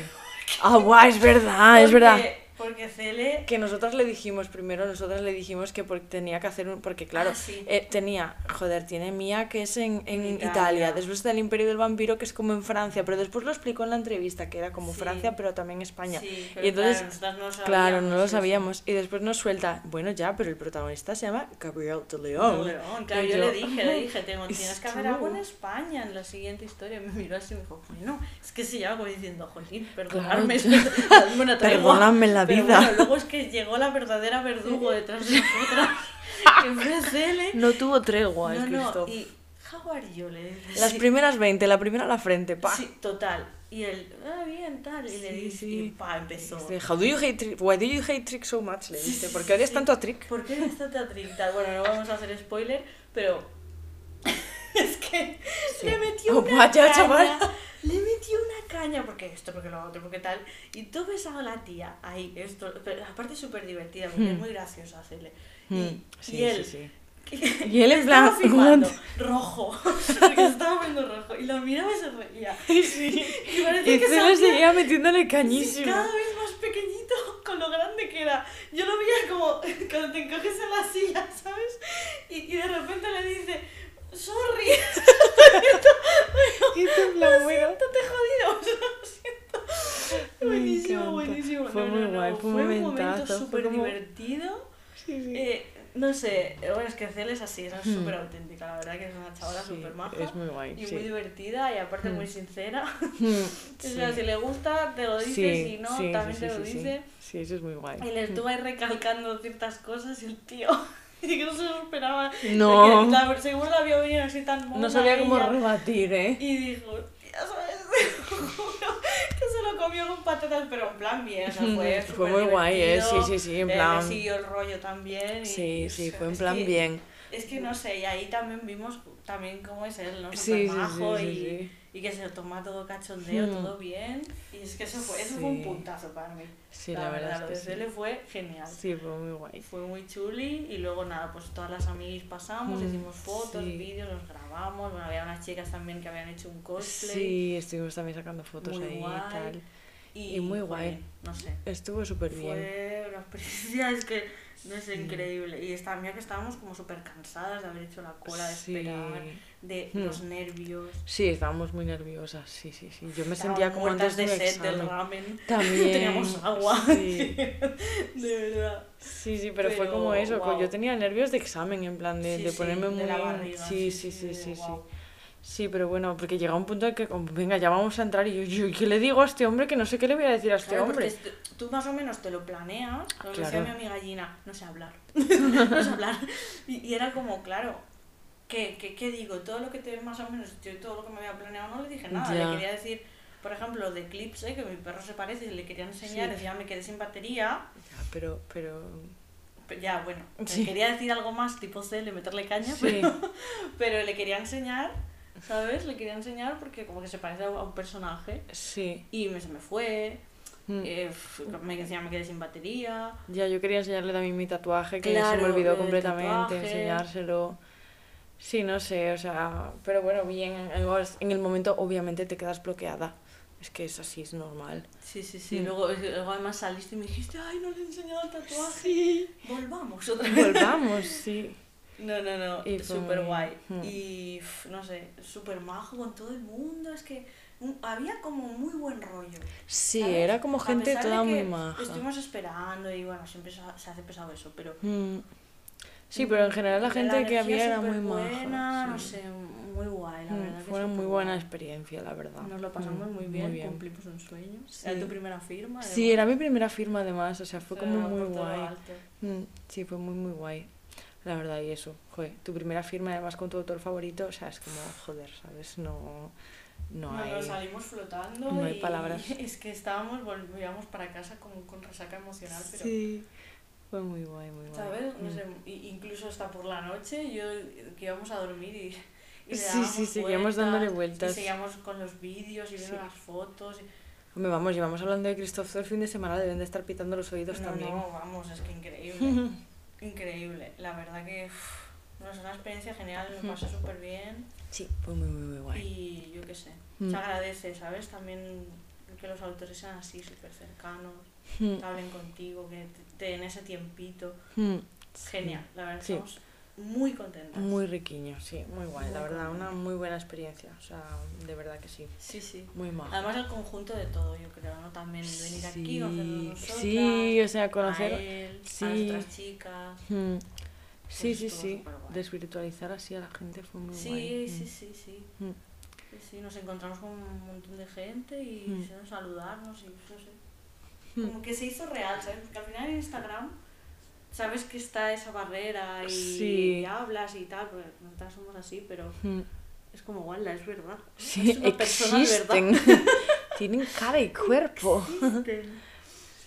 Ah, guau, es verdad, Ah, es
Porque-
verdad.
Porque Cele...
Que nosotras le dijimos, primero nosotras le dijimos que por- tenía que hacer un... Porque claro,
Ah, sí.
eh, tenía, joder, tiene Mía que es en, en
En
Italia.
Italia.
después está el Imperio del Vampiro que es como en Francia, pero después lo explicó en la entrevista que era como
Sí.
Francia pero también España.
Sí,
y entonces,
claro, nosotras no lo sabíamos.
claro, no lo
eso.
sabíamos. Y después nos suelta, bueno ya, pero el protagonista se llama Gabriel de
No,
León.
pero, claro,
Y
yo, le dije, le dije, tengo,
"Es
tienes que hacer algo en
tú".
España en la siguiente historia. Me miró así y me dijo, bueno, es que se llama como diciendo, jolín,
Claro,
perdonadme.
yo-
dadme una tregua".
Perdóname la
Pero
vida.
bueno, luego es que llegó la verdadera verdugo detrás de nosotras, que fue Cele.
No tuvo tregua el
¿eh? no,
Cristo.
no, y how are you, le dice.
Las
Sí,
primeras 20, la primera a la frente, pa.
sí, total. Y él, ah, bien, tal. Y le
Sí,
dice,
sí.
y pa, empezó.
Dice, How do you hate Trick? Why do you hate Trick so much? Le dice, ¿por qué odias tanto a Trick?
¿Por qué eres tanta trinta? Bueno, no vamos a hacer spoiler, pero. es que le metió
Oh,
una
vaya,
caña.
chaval.
Le metió una caña, porque esto, porque lo otro, porque tal. Y tú ves a la tía ahí, esto. Pero aparte es súper divertida, porque
Hmm.
es muy graciosa hacerle. Y, y él.
Y él en
estaba
plan,
flipando,
"What?"
rojo, porque se estaba poniendo rojo. Y lo miraba y se reía. Y parecía
Y
que
se lo
sabía
seguía metiéndole cañísimo.
cada vez más pequeñito con lo grande que era. Yo lo veía como cuando te encoges en la silla, ¿sabes? Y, y de repente le dice, sorry,
Y tú en
lo
plan, bueno.
siento, te he jodido, o sea, lo siento.
Me
Buenísimo,
encanta.
buenísimo.
Fue
No,
muy
no, no,
guay, fue un
momento
momentazo, fue
súper
como-
divertido.
Sí, sí.
Eh, no sé, bueno, es que Cel es así, es súper auténtica, la verdad que es una chavala
Sí,
súper maja.
es muy guay,
Y
sí. Hmm.
muy divertida y aparte muy sincera.
Mm,
O sea, si le gusta, te lo dice, si no,
sí,
también
sí,
te
sí,
lo
sí, sí.
dice.
Sí, eso es muy guay.
Y le estuve ahí recalcando ciertas cosas y el tío. Y que no se lo esperaba.
No.
Porque la- seguro la vio venir así tan mona
No sabía cómo
ella.
rebatir, ¿eh?
Y dijo, "Hostia, ¿sabes? Te lo juro que se lo comió con patatas, pero en plan bien. O sea, fue,
Fue
súper
muy guay, ¿eh?
divertido.
Sí, sí, sí, en
Eh,
plan-
Le siguió el rollo también. y-
Sí,
y, o
sí,
sea,
fue en
es
plan
que
bien.
Es que no sé, y ahí también vimos también cómo es él, ¿no?
Sí,
Súper
sí,
majo
sí, sí,
y,
sí.
y que se lo toma todo cachondeo,
Hmm.
todo bien. Y es que eso fue, eso fue
Sí.
un puntazo para mí.
Sí, la verdad es que
lo de
sí.
Cele fue genial.
Sí, fue muy guay.
Fue muy chuli y luego nada, pues todas las amigas pasamos,
Mm,
hicimos fotos,
sí.
vídeos, los grabamos. Bueno, había unas chicas también que habían hecho un cosplay.
Sí, estuvimos también sacando fotos
Muy
ahí
guay.
y tal.
Y,
y muy guay.
joder, No sé.
Estuvo súper bien.
Fue una experiencia, es que no es increíble. Y está, mira que estábamos como súper cansadas de haber hecho la cola, de
Sí.
esperar, de
Hmm.
los nervios.
Sí, estábamos muy nerviosas, sí, sí, sí. Yo me
Estaban
sentía como
muertas
antes de un
de sed del
examen.
ramen.
También.
Teníamos agua.
Sí.
de verdad.
Sí, sí, pero, fue
Pero,
como eso, co-
guau.
yo tenía nervios de examen, en plan de,
Sí,
de
sí,
ponerme
de
muy...
la barriga,
sí,
sí,
sí, sí,
sí,
sí, sí.
guau.
Sí, pero bueno, porque llega un punto en que, como, venga, ya vamos a entrar y yo, yo, ¿y ¿qué le digo a este hombre? Que no sé qué le voy a decir a este
Claro, porque
hombre.
esto- tú más o menos te lo planeas, lo que decía
Claro.
mi amiga Gina, no sé hablar, no sé hablar. Y, y era como, claro, ¿qué, qué, qué digo? Todo lo que te más o menos, yo todo lo que me había planeado no le dije nada,
Ya.
le quería decir, por ejemplo, de Eclipse, que mi perro se parece y le quería enseñar,
Sí.
y ya me quedé sin batería,
Ya, pero, pero...
Pero ya bueno, le
Sí.
quería decir algo más tipo C, le meterle caña,
Sí,
pero le quería enseñar, ¿sabes? Le quería enseñar porque como que se parece a un a un personaje
sí.
y me, se me fue.
Mm.
eh, f- me, encima me quedé sin batería.
Ya, yo quería enseñarle también mi tatuaje, que se
Claro,
me
lo
olvidó
del
completamente
tatuaje.
enseñárselo. Sí, no sé, o sea, pero bueno, bien, en el momento obviamente te quedas bloqueada. Es que es así, es normal.
Sí, sí, sí.
Mm.
Luego, eh, luego además saliste y me dijiste, ay, no le he enseñado el tatuaje. Volvamos otra vez.
Volvamos, sí.
No, no, no.
Y fue
Súper
muy-
guay.
Mm.
Y pf, no sé, súper majo con todo el mundo. Es que mm, había como muy buen rollo.
Sí,
¿sabes?
era como
A
gente
pesar de
toda muy
que
maja.
Estuvimos esperando y bueno, siempre se se hace pesado eso, pero.
Mm. Sí, pero en general la gente que
Mm. energía
había era muy
superbuena,
maja.
No
sí.
sé, muy guay, la
Mm,
verdad. que
Fue una muy
superguay.
buena experiencia, la verdad.
Nos lo pasamos
Mm,
muy bien, cumplimos un sueño. Era
Sí.
tu primera firma.
Sí,
además.
era mi primera firma además, o sea, fue
Se
como
lo
muy
por todo lo
guay.
alto.
Mm, Sí, fue muy, muy guay. La verdad, y eso, joder, tu primera firma además con tu autor favorito, o sea, es como, joder, ¿sabes? No, no,
No,
hay...
nos salimos flotando
no hay
y
palabras.
es que estábamos, volvíamos para casa como con resaca emocional, pero,
Sí, fue muy guay, muy guay.
¿sabes? No
Mm.
sé, i- incluso hasta por la noche, yo que íbamos a dormir y, y le
Sí,
dábamos
sí, seguíamos dándole vueltas.
Y seguíamos con los vídeos y viendo las fotos. y-
Hombre, vamos, llevamos hablando de Christoph todo el fin de semana, deben de estar pitando los oídos
No,
también.
no, vamos, es que increíble. increíble. La verdad que uff, no, es una experiencia genial, me pasé súper bien.
Sí, fue muy, muy, muy guay.
Y yo qué sé,
Mm.
se agradece, ¿sabes? También que los autores sean así, súper cercanos,
Mm,
que hablen contigo, que te- te den ese tiempito.
mm,
Genial, la verdad,
Sí.
estamos muy contentas.
Muy riquiño, sí, muy guay, la
Muy
verdad,
contenta.
una muy buena experiencia, o sea, de verdad que sí,
Sí, sí.
muy majo.
Además, el conjunto de todo, yo creo, ¿no? También venir aquí, conocernos
sí,
nosotras,
sí, o sea,
a
conocer...
él,
sí.
a las otras chicas.
Mm, Sí, sí,
estuvo
sí,
superguay.
desvirtualizar así a la gente fue muy
Sí,
guay.
sí,
mm.
sí, sí.
Mm.
Sí, sí, nos encontramos con un montón de gente y
Mm.
hicieron saludarnos y no sé.
Mm.
Como que se hizo real, ¿sabes? Porque al final en Instagram sabes que está esa barrera y,
Sí.
y hablas y tal, porque nosotras somos así, pero
Mm.
es como, guala, es verdad.
Sí,
es una persona de verdad.
existen. Tienen cara y cuerpo.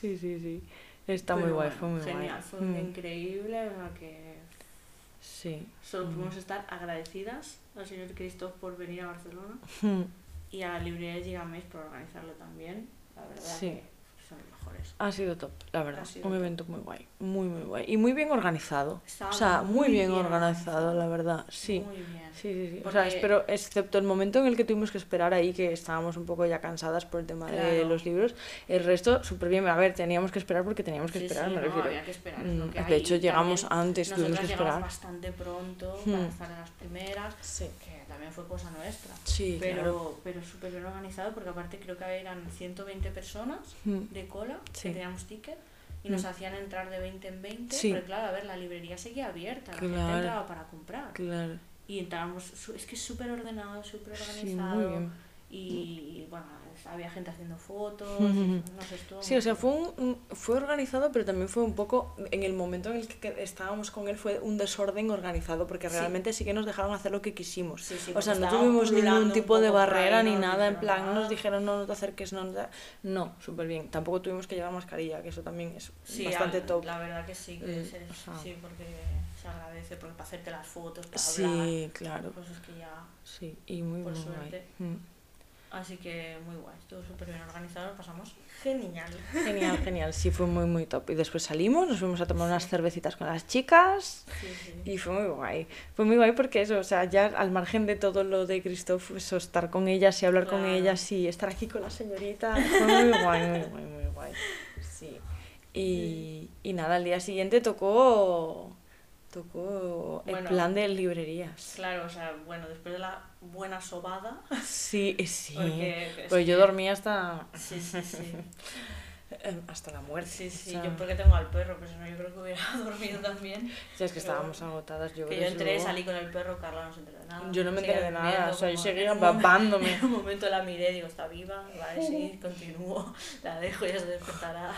Sí, sí, sí. Está muy
Este, Pero
guay,
bueno,
fue muy
Genial,
guay.
fue
Mm,
increíble, o sea que
Sí.
solo podemos estar agradecidas al señor Christoph por venir a Barcelona
Mm,
y a la librería Gigamés por organizarlo también, la verdad
Sí.
que son los mejores.
Ha sido top, la
Ha
verdad.
sido
Un
top.
evento muy guay, muy, muy guay. Y muy bien organizado.
Estaba
o sea, muy bien,
organizado,
organizado, la verdad. Sí.
Muy bien.
Sí, sí, sí. O sea,
Porque-
espero, excepto el momento en el que tuvimos que esperar ahí, que estábamos un poco ya cansadas por el tema de
Claro.
los libros, el resto súper bien. A ver, teníamos que esperar porque teníamos que
Sí,
esperar,
sí,
me
no,
refiero.
había que esperar, es lo
Mm,
que
de
hay.
hecho,
Y
llegamos
también
antes, tuvimos
nosotras
que
llegamos
esperar.
bastante pronto
Hmm.
para estar en las primeras,
Sí.
que también fue cosa nuestra.
Sí,
pero
claro.
pero súper bien organizado porque aparte creo que eran 120 personas
Mm.
de cola
Sí.
que
Mm.
teníamos ticket y nos hacían entrar de 20 en 20
Sí.
pero claro a ver la librería seguía abierta la gente
Claro.
entraba para comprar
Claro.
y entrábamos su- es que es súper ordenado súper
Sí, muy
organizado
bien.
y y bueno, pues, había gente haciendo fotos,
Ujú.
no sé, estuvo
Sí,
muy
o sea, fue, un- un- fue organizado, pero también fue un poco, en el momento en el que que estábamos con él fue un desorden organizado, porque realmente sí, que nos dejaron hacer lo que quisimos.
Sí, sí,
o
porque
sea, no
estábamos
tuvimos
pululando
ningún
un
tipo de
poco por ahí,
barrera
no
ni
nos
nada, en
dijeron "Ah".
plan, no
nada.
nos dijeron no, no te acerques, no, no, te- no súper bien. Tampoco tuvimos que llevar mascarilla, que eso también es
Sí,
bastante
al-
top.
La verdad que sí, que
Mm,
se-
o sea.
sí, porque se agradece, porque para hacerte las fotos, para hablar,
Sí, claro,
cosas que ya.
sí, y muy,
Por
muy
suerte.
guay. Mm.
Así que muy guay, estuvo súper bien organizado, lo pasamos genial.
Genial, genial, sí, fue muy, muy top. Y después salimos, nos fuimos a tomar unas cervecitas con las chicas,
Sí, sí.
Y fue muy guay. Fue muy guay porque eso, o sea, ya al margen de todo lo de Christoph, eso, estar con ellas y hablar con
Claro.
ellas y estar aquí con la señorita. Fue muy guay, muy guay, muy guay. Sí. Y,
Mm.
y nada, al día siguiente tocó, tocó el
Bueno.
plan de librerías.
Claro, o sea, bueno, después de la buena sobada.
Sí, eh, sí.
Porque es
Pues yo
que-
dormí hasta,
Sí, sí, sí.
eh, hasta la muerte.
Sí, sí,
o sea,
yo porque tengo al perro, pero si no, yo creo que hubiera dormido también.
ya es que
pero
estábamos agotadas. Yo,
Que yo
desde
entré,
luego-
salí con el perro, Carla no se enteró de nada.
Yo no me
seguía
enteré de nada,
durmiendo,
o sea, yo
como-
seguía
en un momento-
babándome.
En un momento la miré, digo, está viva, va a seguir, continúo, la dejo, ya se despertará.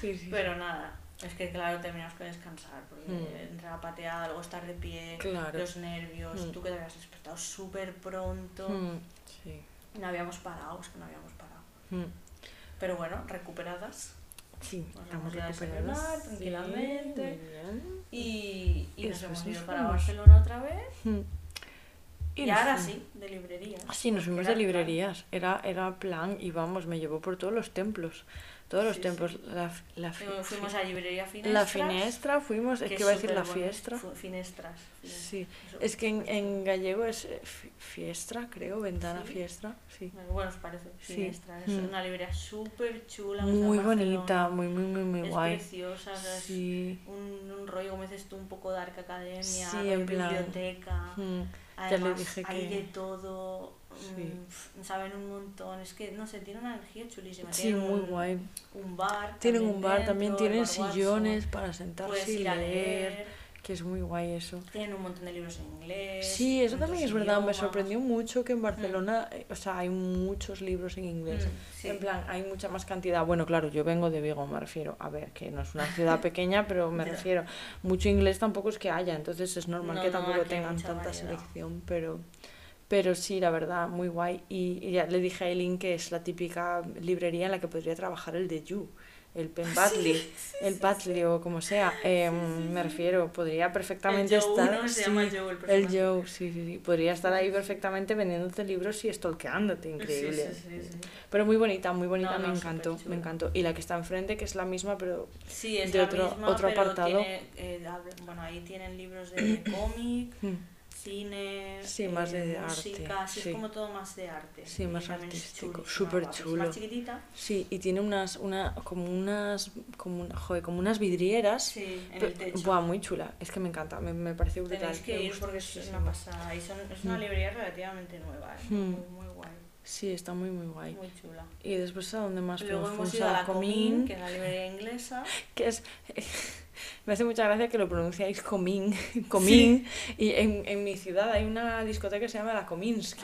Sí, sí.
Pero nada, es que claro, terminamos que descansar, porque
Mm.
entre la pateada, luego estar de pie,
Claro.
los nervios,
Mm.
tú que te habías despertado súper pronto,
Mm, sí.
no habíamos parado, es que no habíamos parado.
Mm.
Pero bueno, recuperadas.
Sí,
Nos
estamos
vamos a
recuperados.
desayunar
Sí,
tranquilamente.
muy bien.
Y, y nos
Después
hemos
nos
ido para
fuimos.
Barcelona otra vez.
Y
Mm. Y,
nos Ah,
ahora
fuimos.
sí, de librerías.
Sí, nos fuimos
Era
de
plan.
librerías. Era, era plan y vamos, me llevó por todos los templos. Todos los
Sí,
templos. La, la, fi-
Fuimos- Fuimos a librería Finestras.
la finestra, fuimos. Es que iba a decir la fiestra.
fiesta Finestras.
Sí,
Eso.
es que en, en gallego es eh, fi- fiestra, creo, ventana
¿Sí?
fiestra. Sí.
Bueno, os parece.
Sí.
Finestra. Es
Mm.
una librería súper chula.
Muy bonita, muy, muy, muy,
es
muy guay.
preciosa. o sea, es
Sí.
un, un rollo, como dices tú, un poco dark academia.
Sí,
rollo
en plan.
biblioteca.
Mm, Ya le
Además,
dije
hay de
que.
todo.
Sí.
mm, pf, saben un montón. Es que, no sé, tiene una energía chulísima.
Sí,
tienen
muy
un-
guay.
Un bar.
Tienen
también
un bar, también
dentro, el
tienen
bar Watson.
sillones para sentarse
Puedes
y
ir a
leer,
leer.
que es muy guay eso.
Tienen un montón de libros en inglés.
Sí, eso
en
también es
otros
verdad, me
idiomas.
sorprendió mucho que en Barcelona, eh, o sea, hay muchos libros en inglés.
Mm, sí.
En plan, hay mucha más cantidad. Bueno, claro, yo vengo de Vigo, me refiero. A ver, que no es una ciudad pequeña, pero me
Ya.
refiero. Mucho inglés tampoco es que haya, entonces es normal
No,
que
no,
tampoco
aquí hay
tengan
mucha
tanta
variedad.
selección, pero... Pero sí, la verdad, muy guay. Y, y ya le dije a Eileen que es la típica librería en la que podría trabajar el de You, el Pen Batley, el Batley o como sea. Eh, Me refiero, podría perfectamente
El Joe,
estar.
¿no? Se llama
sí,
Joe el
el
personaje.
Joe, sí, sí, sí. Podría estar ahí perfectamente vendiéndote libros y stalkeándote, increíble. Mm.
Sí, sí, sí, sí.
Pero muy bonita, muy bonita,
No,
me
no,
encantó, me
superchula.
encantó. Y la que está enfrente, que es la misma, pero
Sí, es
De
la
otro-
misma,
otro
pero
apartado.
tiene, eh, habla- bueno, ahí tienen libros de cómic,
mm,
cine,
Sí,
eh,
más de
música,
arte,
así
sí.
es como todo más de arte.
Sí,
y
más
también es
artístico,
chulísima,
súper
guapa, es
chulo.
Más chiquitita.
sí, y tiene unas, una, como unas, como, un- joder, como unas vidrieras.
Sí, en
Pe-
el techo.
Buah, muy chula, es que me encanta, me, me pareció brutal.
Tenéis que
me
ir
gustó
porque es
muchísimo.
una pasada. Y son- es una
Mm.
librería relativamente nueva, eh,
Mm.
muy, muy guay,
Sí, está muy, muy guay.
muy chula.
Y después, ¿a dónde más?
Luego
fuimos?
hemos
Fuimos
ido a la
Comín,
Comín, que es la librería inglesa.
que es me hace mucha gracia que lo pronunciáis comín comín y en, en mi ciudad hay una discoteca que se llama la Kominsky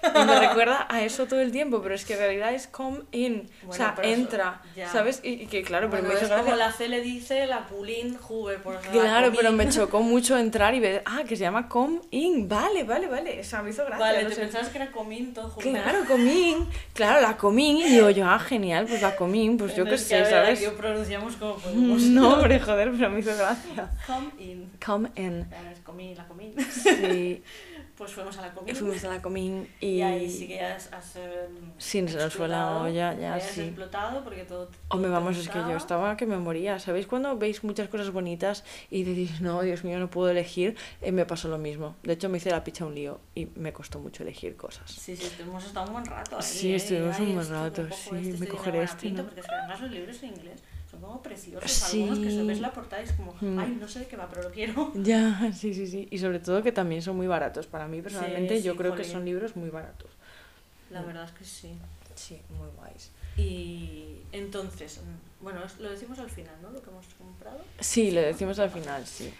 y me recuerda a eso todo el tiempo pero es que en realidad es come in o
Bueno,
sea
pero eso-
entra
ya.
sabes y, y que claro pero
Bueno,
me hizo
es como
gracia
la C le dice la Pulín Juve, por ejemplo.
Claro, pero me chocó mucho entrar y ver, ah, que se llama come in, vale, vale, vale, o sea, me hizo gracia.
Vale,
no
te
sé.
pensabas que era Comín todo junto.
Claro, comín, claro, la comín, y digo yo, ah, genial, pues la comín, pues yo qué
Entonces, que
sé,
a ver,
¿sabes? Mm.
Aquí lo pronunciamos como podemos.
No, hombre, joder, pero me hizo gracia.
Come in.
Come in.
Claro, es comín, la comín.
Sí,
Pues fuimos a la
y
comín.
fuimos a la comín y...
Y ahí sí que ya has, has, eh,
Sí, se nos fue la
explotado,
olla, ya
has
sí.
explotado porque todo. todo
Hombre,
te
vamos, es que yo
gustaba.
estaba que me moría. ¿Sabéis cuando veis muchas cosas bonitas y decís, no, Dios mío, no puedo elegir? Eh, me pasó lo mismo. De hecho, me hice la picha un lío y me costó mucho elegir cosas.
Sí, sí, estuvimos hasta un buen rato. Ahí,
Sí,
eh,
estuvimos un buen
esto,
rato,
cojo
sí, me
este tiene
cogeré
buena
este,
pinta,
¿no?
Porque es que además los libros en inglés son como preciosos. Algunos que
Sí.
se ves la portada y es como,
Mm.
ay, no sé de qué va, pero lo quiero.
Ya, sí, sí, sí. Y sobre todo que también son muy baratos. Para mí, personalmente,
Sí,
yo
sí,
creo que
jolín.
son libros muy baratos.
La verdad es que sí.
Sí, muy guays.
Y entonces, mm, bueno, es- lo decimos al final, ¿no? Lo que hemos comprado.
Sí, le decimos al final, sí.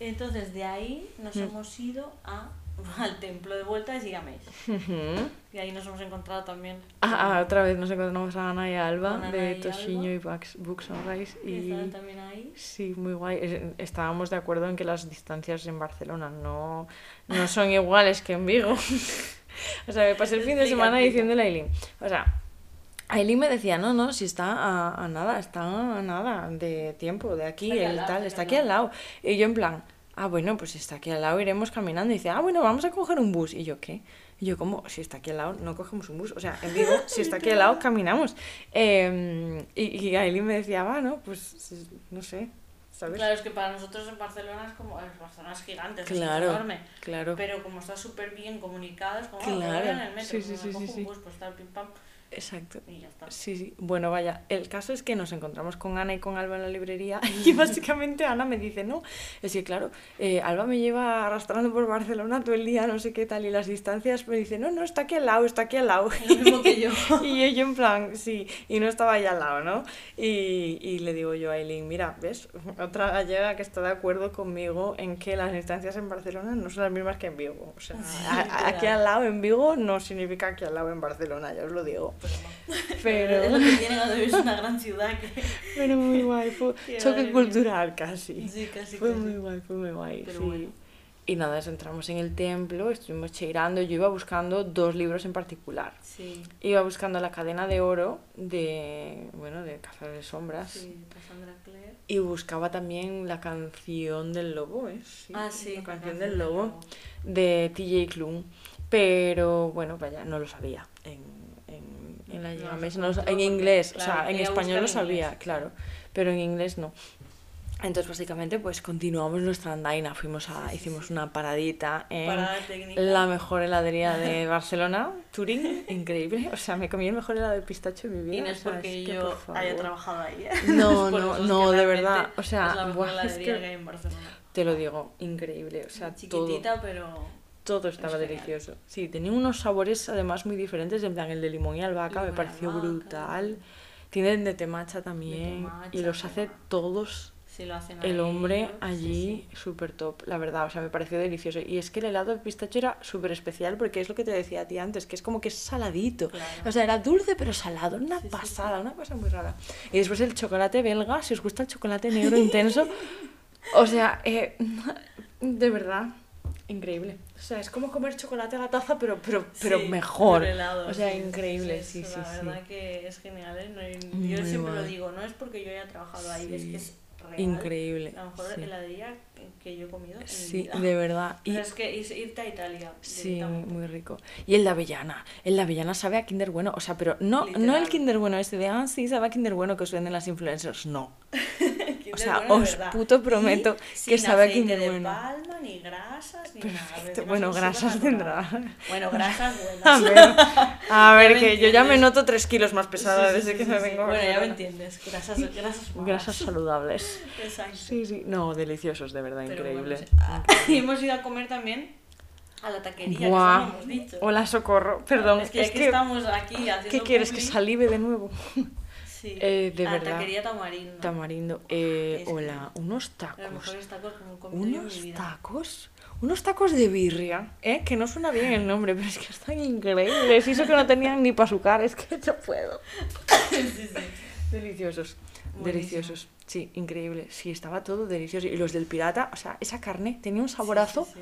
Entonces, de ahí nos
Mm.
hemos ido a al templo de vuelta de Siamés.
Ujú.
Y ahí nos hemos encontrado también.
Ah, ah, otra vez nos encontramos a Ana y a Alba
Con Ana
de
y
Toshiño
Alba.
y Bugs- Book Sunrise.
que
Y...
estaba también ahí.
Sí, muy guay. Es- Estábamos de acuerdo en que las distancias en Barcelona no, no son iguales que en Vigo. o sea, me pasé el fin de
Explica,
semana
explica.
diciéndole a Aileen. O sea, Aileen me decía, no, no, si está a, a nada, está a nada de tiempo, de aquí,
Está aquí al
el
lado,
tal, está aquí al lado. Y yo en plan, ah, bueno, pues si está aquí al lado, iremos caminando. Y dice, ah, bueno, vamos a coger un bus. Y yo, ¿qué? Y yo, ¿cómo? Si está aquí al lado, no cogemos un bus. O sea, en Vigo, si está aquí al lado, caminamos. Eh, y, y Aileen me decía, va, no, pues si- no sé, ¿sabes?
Claro, es que para nosotros en Barcelona es como. eh, Barcelona es gigante, es
Claro,
enorme.
claro.
Pero como está súper bien comunicado, es como. ah, me
Claro.
voy en el metro.
Sí, sí,
me
sí,
cojo
sí,
un
sí.
bus, pues tal, pim pam,
Exacto.
y ya está.
Sí, sí. Bueno, vaya, el caso es que nos encontramos con Ana y con Alba en la librería y básicamente Ana me dice, no, es que claro, eh, Alba me lleva arrastrando por Barcelona todo el día, no sé qué tal, y las distancias me dice, no, no, está aquí al lado, está aquí al lado.
Lo mismo que yo.
Y yo, yo en plan, sí, y no estaba ahí al lado, ¿no? Y, y le digo yo a Eileen, mira, ¿ves? Otra gallega que está de acuerdo conmigo en que las distancias en Barcelona no son las mismas que en Vigo. O sea, a- a- aquí
claro.
al lado en Vigo no significa aquí al lado en Barcelona, ya os lo digo. Pero...
Es lo que tiene cuando vives en una gran ciudad que.
Pero muy guay, fue
Qué madre
choque
mía.
cultural casi.
Sí, casi
Fue
casi.
muy guay, fue muy guay.
Pero
sí.
bueno.
Y nada, eso, entramos en el templo, estuvimos cheirando, yo iba buscando dos libros en particular.
Sí,
Iba buscando la cadena de oro de, bueno, de Cazadores de Sombras.
sí, de Sandra Clare.
Y buscaba también la canción del lobo, ¿eh? Sí,
ah, sí.
La canción del lobo de TJ Klum. Pero bueno, vaya, no lo sabía. En, en, en la
No,
llamada,
no
mes-
se
no lo sa-
encontró
en
porque,
inglés, o
claro,
sea, en
ella busca
español
en
lo sabía,
inglés.
claro, pero en inglés no. Entonces, básicamente, pues continuamos nuestra andaina. Fuimos a, hicimos una paradita en
Parada técnica.
Eh, la mejor heladería de Barcelona, Turín, increíble. O sea, me comí el mejor helado de pistacho de mi vida.
Y no es
o sea,
porque
es que,
yo
por
haya
favor.
trabajado ahí. ¿eh?
No,
Es por
no,
eso es
no,
que
de
realmente
verdad, o sea,
es la mejor
buah, es
heladería
que-
que hay en Barcelona.
Te lo digo, increíble. O sea, todo.
Chiquitita, pero.
Todo estaba
genial.
delicioso. Sí, tenía unos sabores además muy diferentes, en plan el de limón y albahaca me
Limón y
pareció
albahaca.
brutal. Tienen de temacha también
temacha,
y los hace
temacha.
todos
Si lo hacen
el
ahí,
hombre
¿no?
allí, súper top, la verdad, o sea, me pareció delicioso. Y es que el helado de pistacho era súper especial porque es lo que te decía a ti antes, que es como que es saladito.
Claro.
O sea, era dulce pero salado, una
Sí, sí,
pasada, una cosa muy rara. Y después el chocolate belga, si os gusta el chocolate negro intenso, o sea, eh, de verdad, increíble. O sea, es como comer chocolate a la taza, pero, pero, pero
Sí,
mejor.
pero helado,
o sea,
sí, sí,
increíble, sí,
eso,
sí,
La
sí.
verdad que es genial. ¿eh? No hay-
Muy
yo siempre lo
guay.
digo, no es porque yo haya trabajado ahí, es que es real.
Increíble.
La mejor
sí.
heladería que yo he comido. En mi
Sí,
vida.
de verdad.
O
Y
sea, es que es irte a Italia.
Sí, muy,
directamente.
muy rico. Y el de avellana. El de avellana sabe a Kinder Bueno. O sea, pero no, no
Literal.
el Kinder Bueno este de, ah, sí, sabe a Kinder Bueno que os venden las influencers. No.
Kinder
O sea,
Bueno, de
os
verdad.
puto prometo
Y
que
sin
sabe a
aceite
Kinder
de
Bueno.
palma, ni grasas, ni
Perfecto.
nada.
Este, Bueno, grasas tendrá.
Bueno, grasas
A
buenas.
ver, a ver
me
que yo ya me
entiendes.
noto tres kilos más pesada
Sí, sí,
desde
sí,
que
sí,
me
sí.
vengo a
Bueno, ya me
Barcelona.
entiendes. Grasas, grasas malas.
Grasas saludables.
Exacto.
Sí, sí. No, deliciosos, de verdad,
Pero
increíble. Mm.
bueno, sí. Ah, y hemos ido a comer también a la taquería,
Guau.
que eso no hemos dicho.
Hola, socorro. Perdón.
es que, aquí estamos aquí haciendo
¿Qué quieres? ¿Que
publi.
salive de nuevo?
Sí,
Eh, de
a
verdad.
la taquería Tamarindo.
Tamarindo. Eh,
Es que-
hola, unos
A los
tacos.
mejores tacos que me he comido yo en mi
Unos
vida.
tacos, unos tacos de birria, ¿eh? que no suena bien el nombre, pero es que están increíbles. Y eso que no tenían ni pasucar, es que yo puedo.
sí, sí.
Deliciosos,
Buenísimo.
deliciosos. Sí, increíble. Sí, estaba todo delicioso. Y los del pirata, o sea, esa carne tenía un saborazo.
Sí, sí,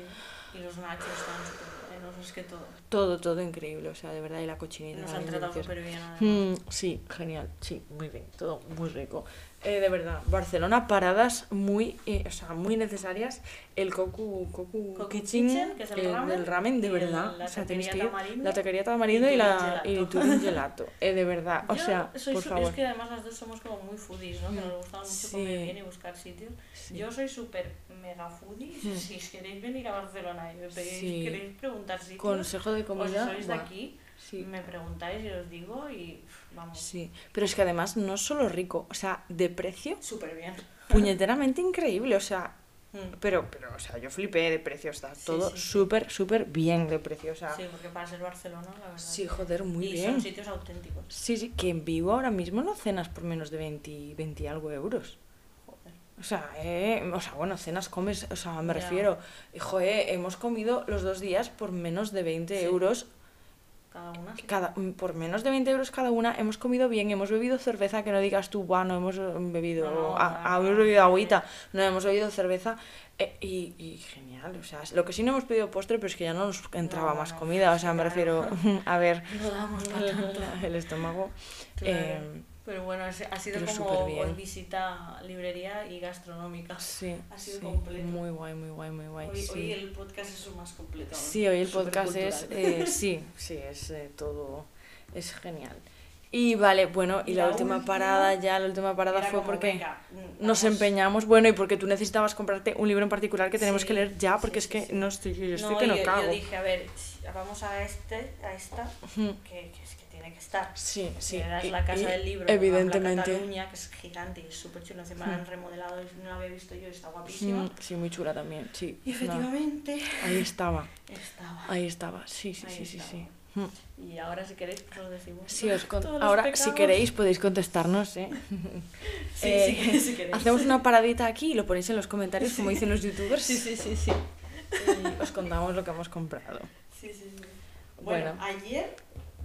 sí. Y los nachos también, buenos, es que todo.
Todo, todo increíble. O sea, de verdad, y la cochinita.
Nos han
también
tratado
deliciosa.
súper bien. además.
Mm, sí, genial, sí, muy bien, todo muy rico. Eh, de verdad, Barcelona, paradas muy, eh, o sea, muy necesarias. El Koku, Koku,
Koku
Kitchen,
Kitchen, que es el
eh,
ramen,
del ramen, de
y
verdad.
el- la
o sea, tenéis
taquería
que ir.
Tamarindo
La taquería tamarindo y,
y
la
Turín
y
Gelato.
Turín Gelato. Eh, de verdad, o
Yo
sea,
soy
por
su-
favor. Mm,
Es que además las dos somos como muy foodies, ¿no? Que nos gusta mucho
Sí.
comer bien y buscar sitios.
Sí. Hmm.
Yo soy súper mega foodie. Si os queréis venir a Barcelona y me pedís,
Sí.
queréis preguntar sitios,
Consejo de
o si
comida.
sois de
guau.
aquí,
Sí.
me preguntáis y os digo y pff, vamos,
Sí, pero es que además no es solo rico, o sea, de precio,
súper bien.
puñeteramente increíble, o sea,
Mm.
pero, pero, o sea, yo flipé de precio, está
Sí,
todo
sí, sí.
súper, súper bien de precio, o sea,
Sí, porque para ser Barcelona, la verdad.
Sí,
que-
joder, muy
y
bien.
son sitios auténticos.
Sí, sí, que en vivo ahora mismo no cenas por menos de 20, 20 y algo euros.
Joder.
O sea, eh, o sea, bueno, cenas, comes, o sea, me
Ya.
refiero. Hijo, eh, hemos comido los dos días por menos de 20
Sí.
euros
Cada una. sí.
cada, mm, por menos de 20 euros cada una hemos comido bien, hemos bebido cerveza, que no digas tú, bueno, hemos mm, bebido,
No,
ah, ah,
no,
hemos
no,
bebido
no,
agüita, no, hemos bebido cerveza eh, y, y genial, o sea, lo que sí no hemos pedido postre, pero es que ya no nos entraba
No, no,
más
no,
comida, o sea, me
claro.
refiero, a ver,
No damos para tanto.
el estómago.
Claro.
eh,
pero bueno, ha ha sido
pero
como
superbién.
hoy visita librería y gastronómica.
sí,
Ah, Ha sido
sí,
completo.
muy guay, muy guay, muy guay.
Hoy,
sí.
hoy el podcast es el más completo. ¿no?
Sí, hoy el podcast es.
Supercultural.
eh, sí, sí, es eh, todo. Es genial. Y vale, bueno, y
Y
la,
la
última
última
parada ya, la última parada
Era
fue
como,
porque
venga, mm,
nos
vamos.
empeñamos, bueno, y porque tú necesitabas comprarte un libro en particular que tenemos
Sí,
que leer ya, porque
sí,
es que
sí, sí.
no estoy, yo estoy
No,
que
y
no
yo, yo
cago.
dije, a ver, vamos a este, a esta,
Ujú.
que, que es que tiene que estar.
Sí, sí.
Era
y-
la casa
y
del libro, de Rambla
Evidentemente.
Cataluña, que es gigante y es súper chulo. Encima la han remodelado, y no la había visto yo, está guapísima.
Mm, Sí, muy chula también, sí.
Y
No,
efectivamente
ahí estaba,
estaba.
ahí estaba, sí, sí,
Ahí
sí, sí,
estaba.
sí. Mm.
Y ahora, si queréis, pues os decimos.
Sí, os con-
todos los
Ahora, si
pecados.
queréis, podéis contestarnos, ¿eh?
Sí,
Eh,
sí que- si queréis.
Hacemos una paradita aquí y lo ponéis en los comentarios, como dicen los youtubers.
Sí, sí, sí, sí.
Y os contamos lo que hemos comprado.
Sí, sí, sí.
Bueno.
Bueno, ayer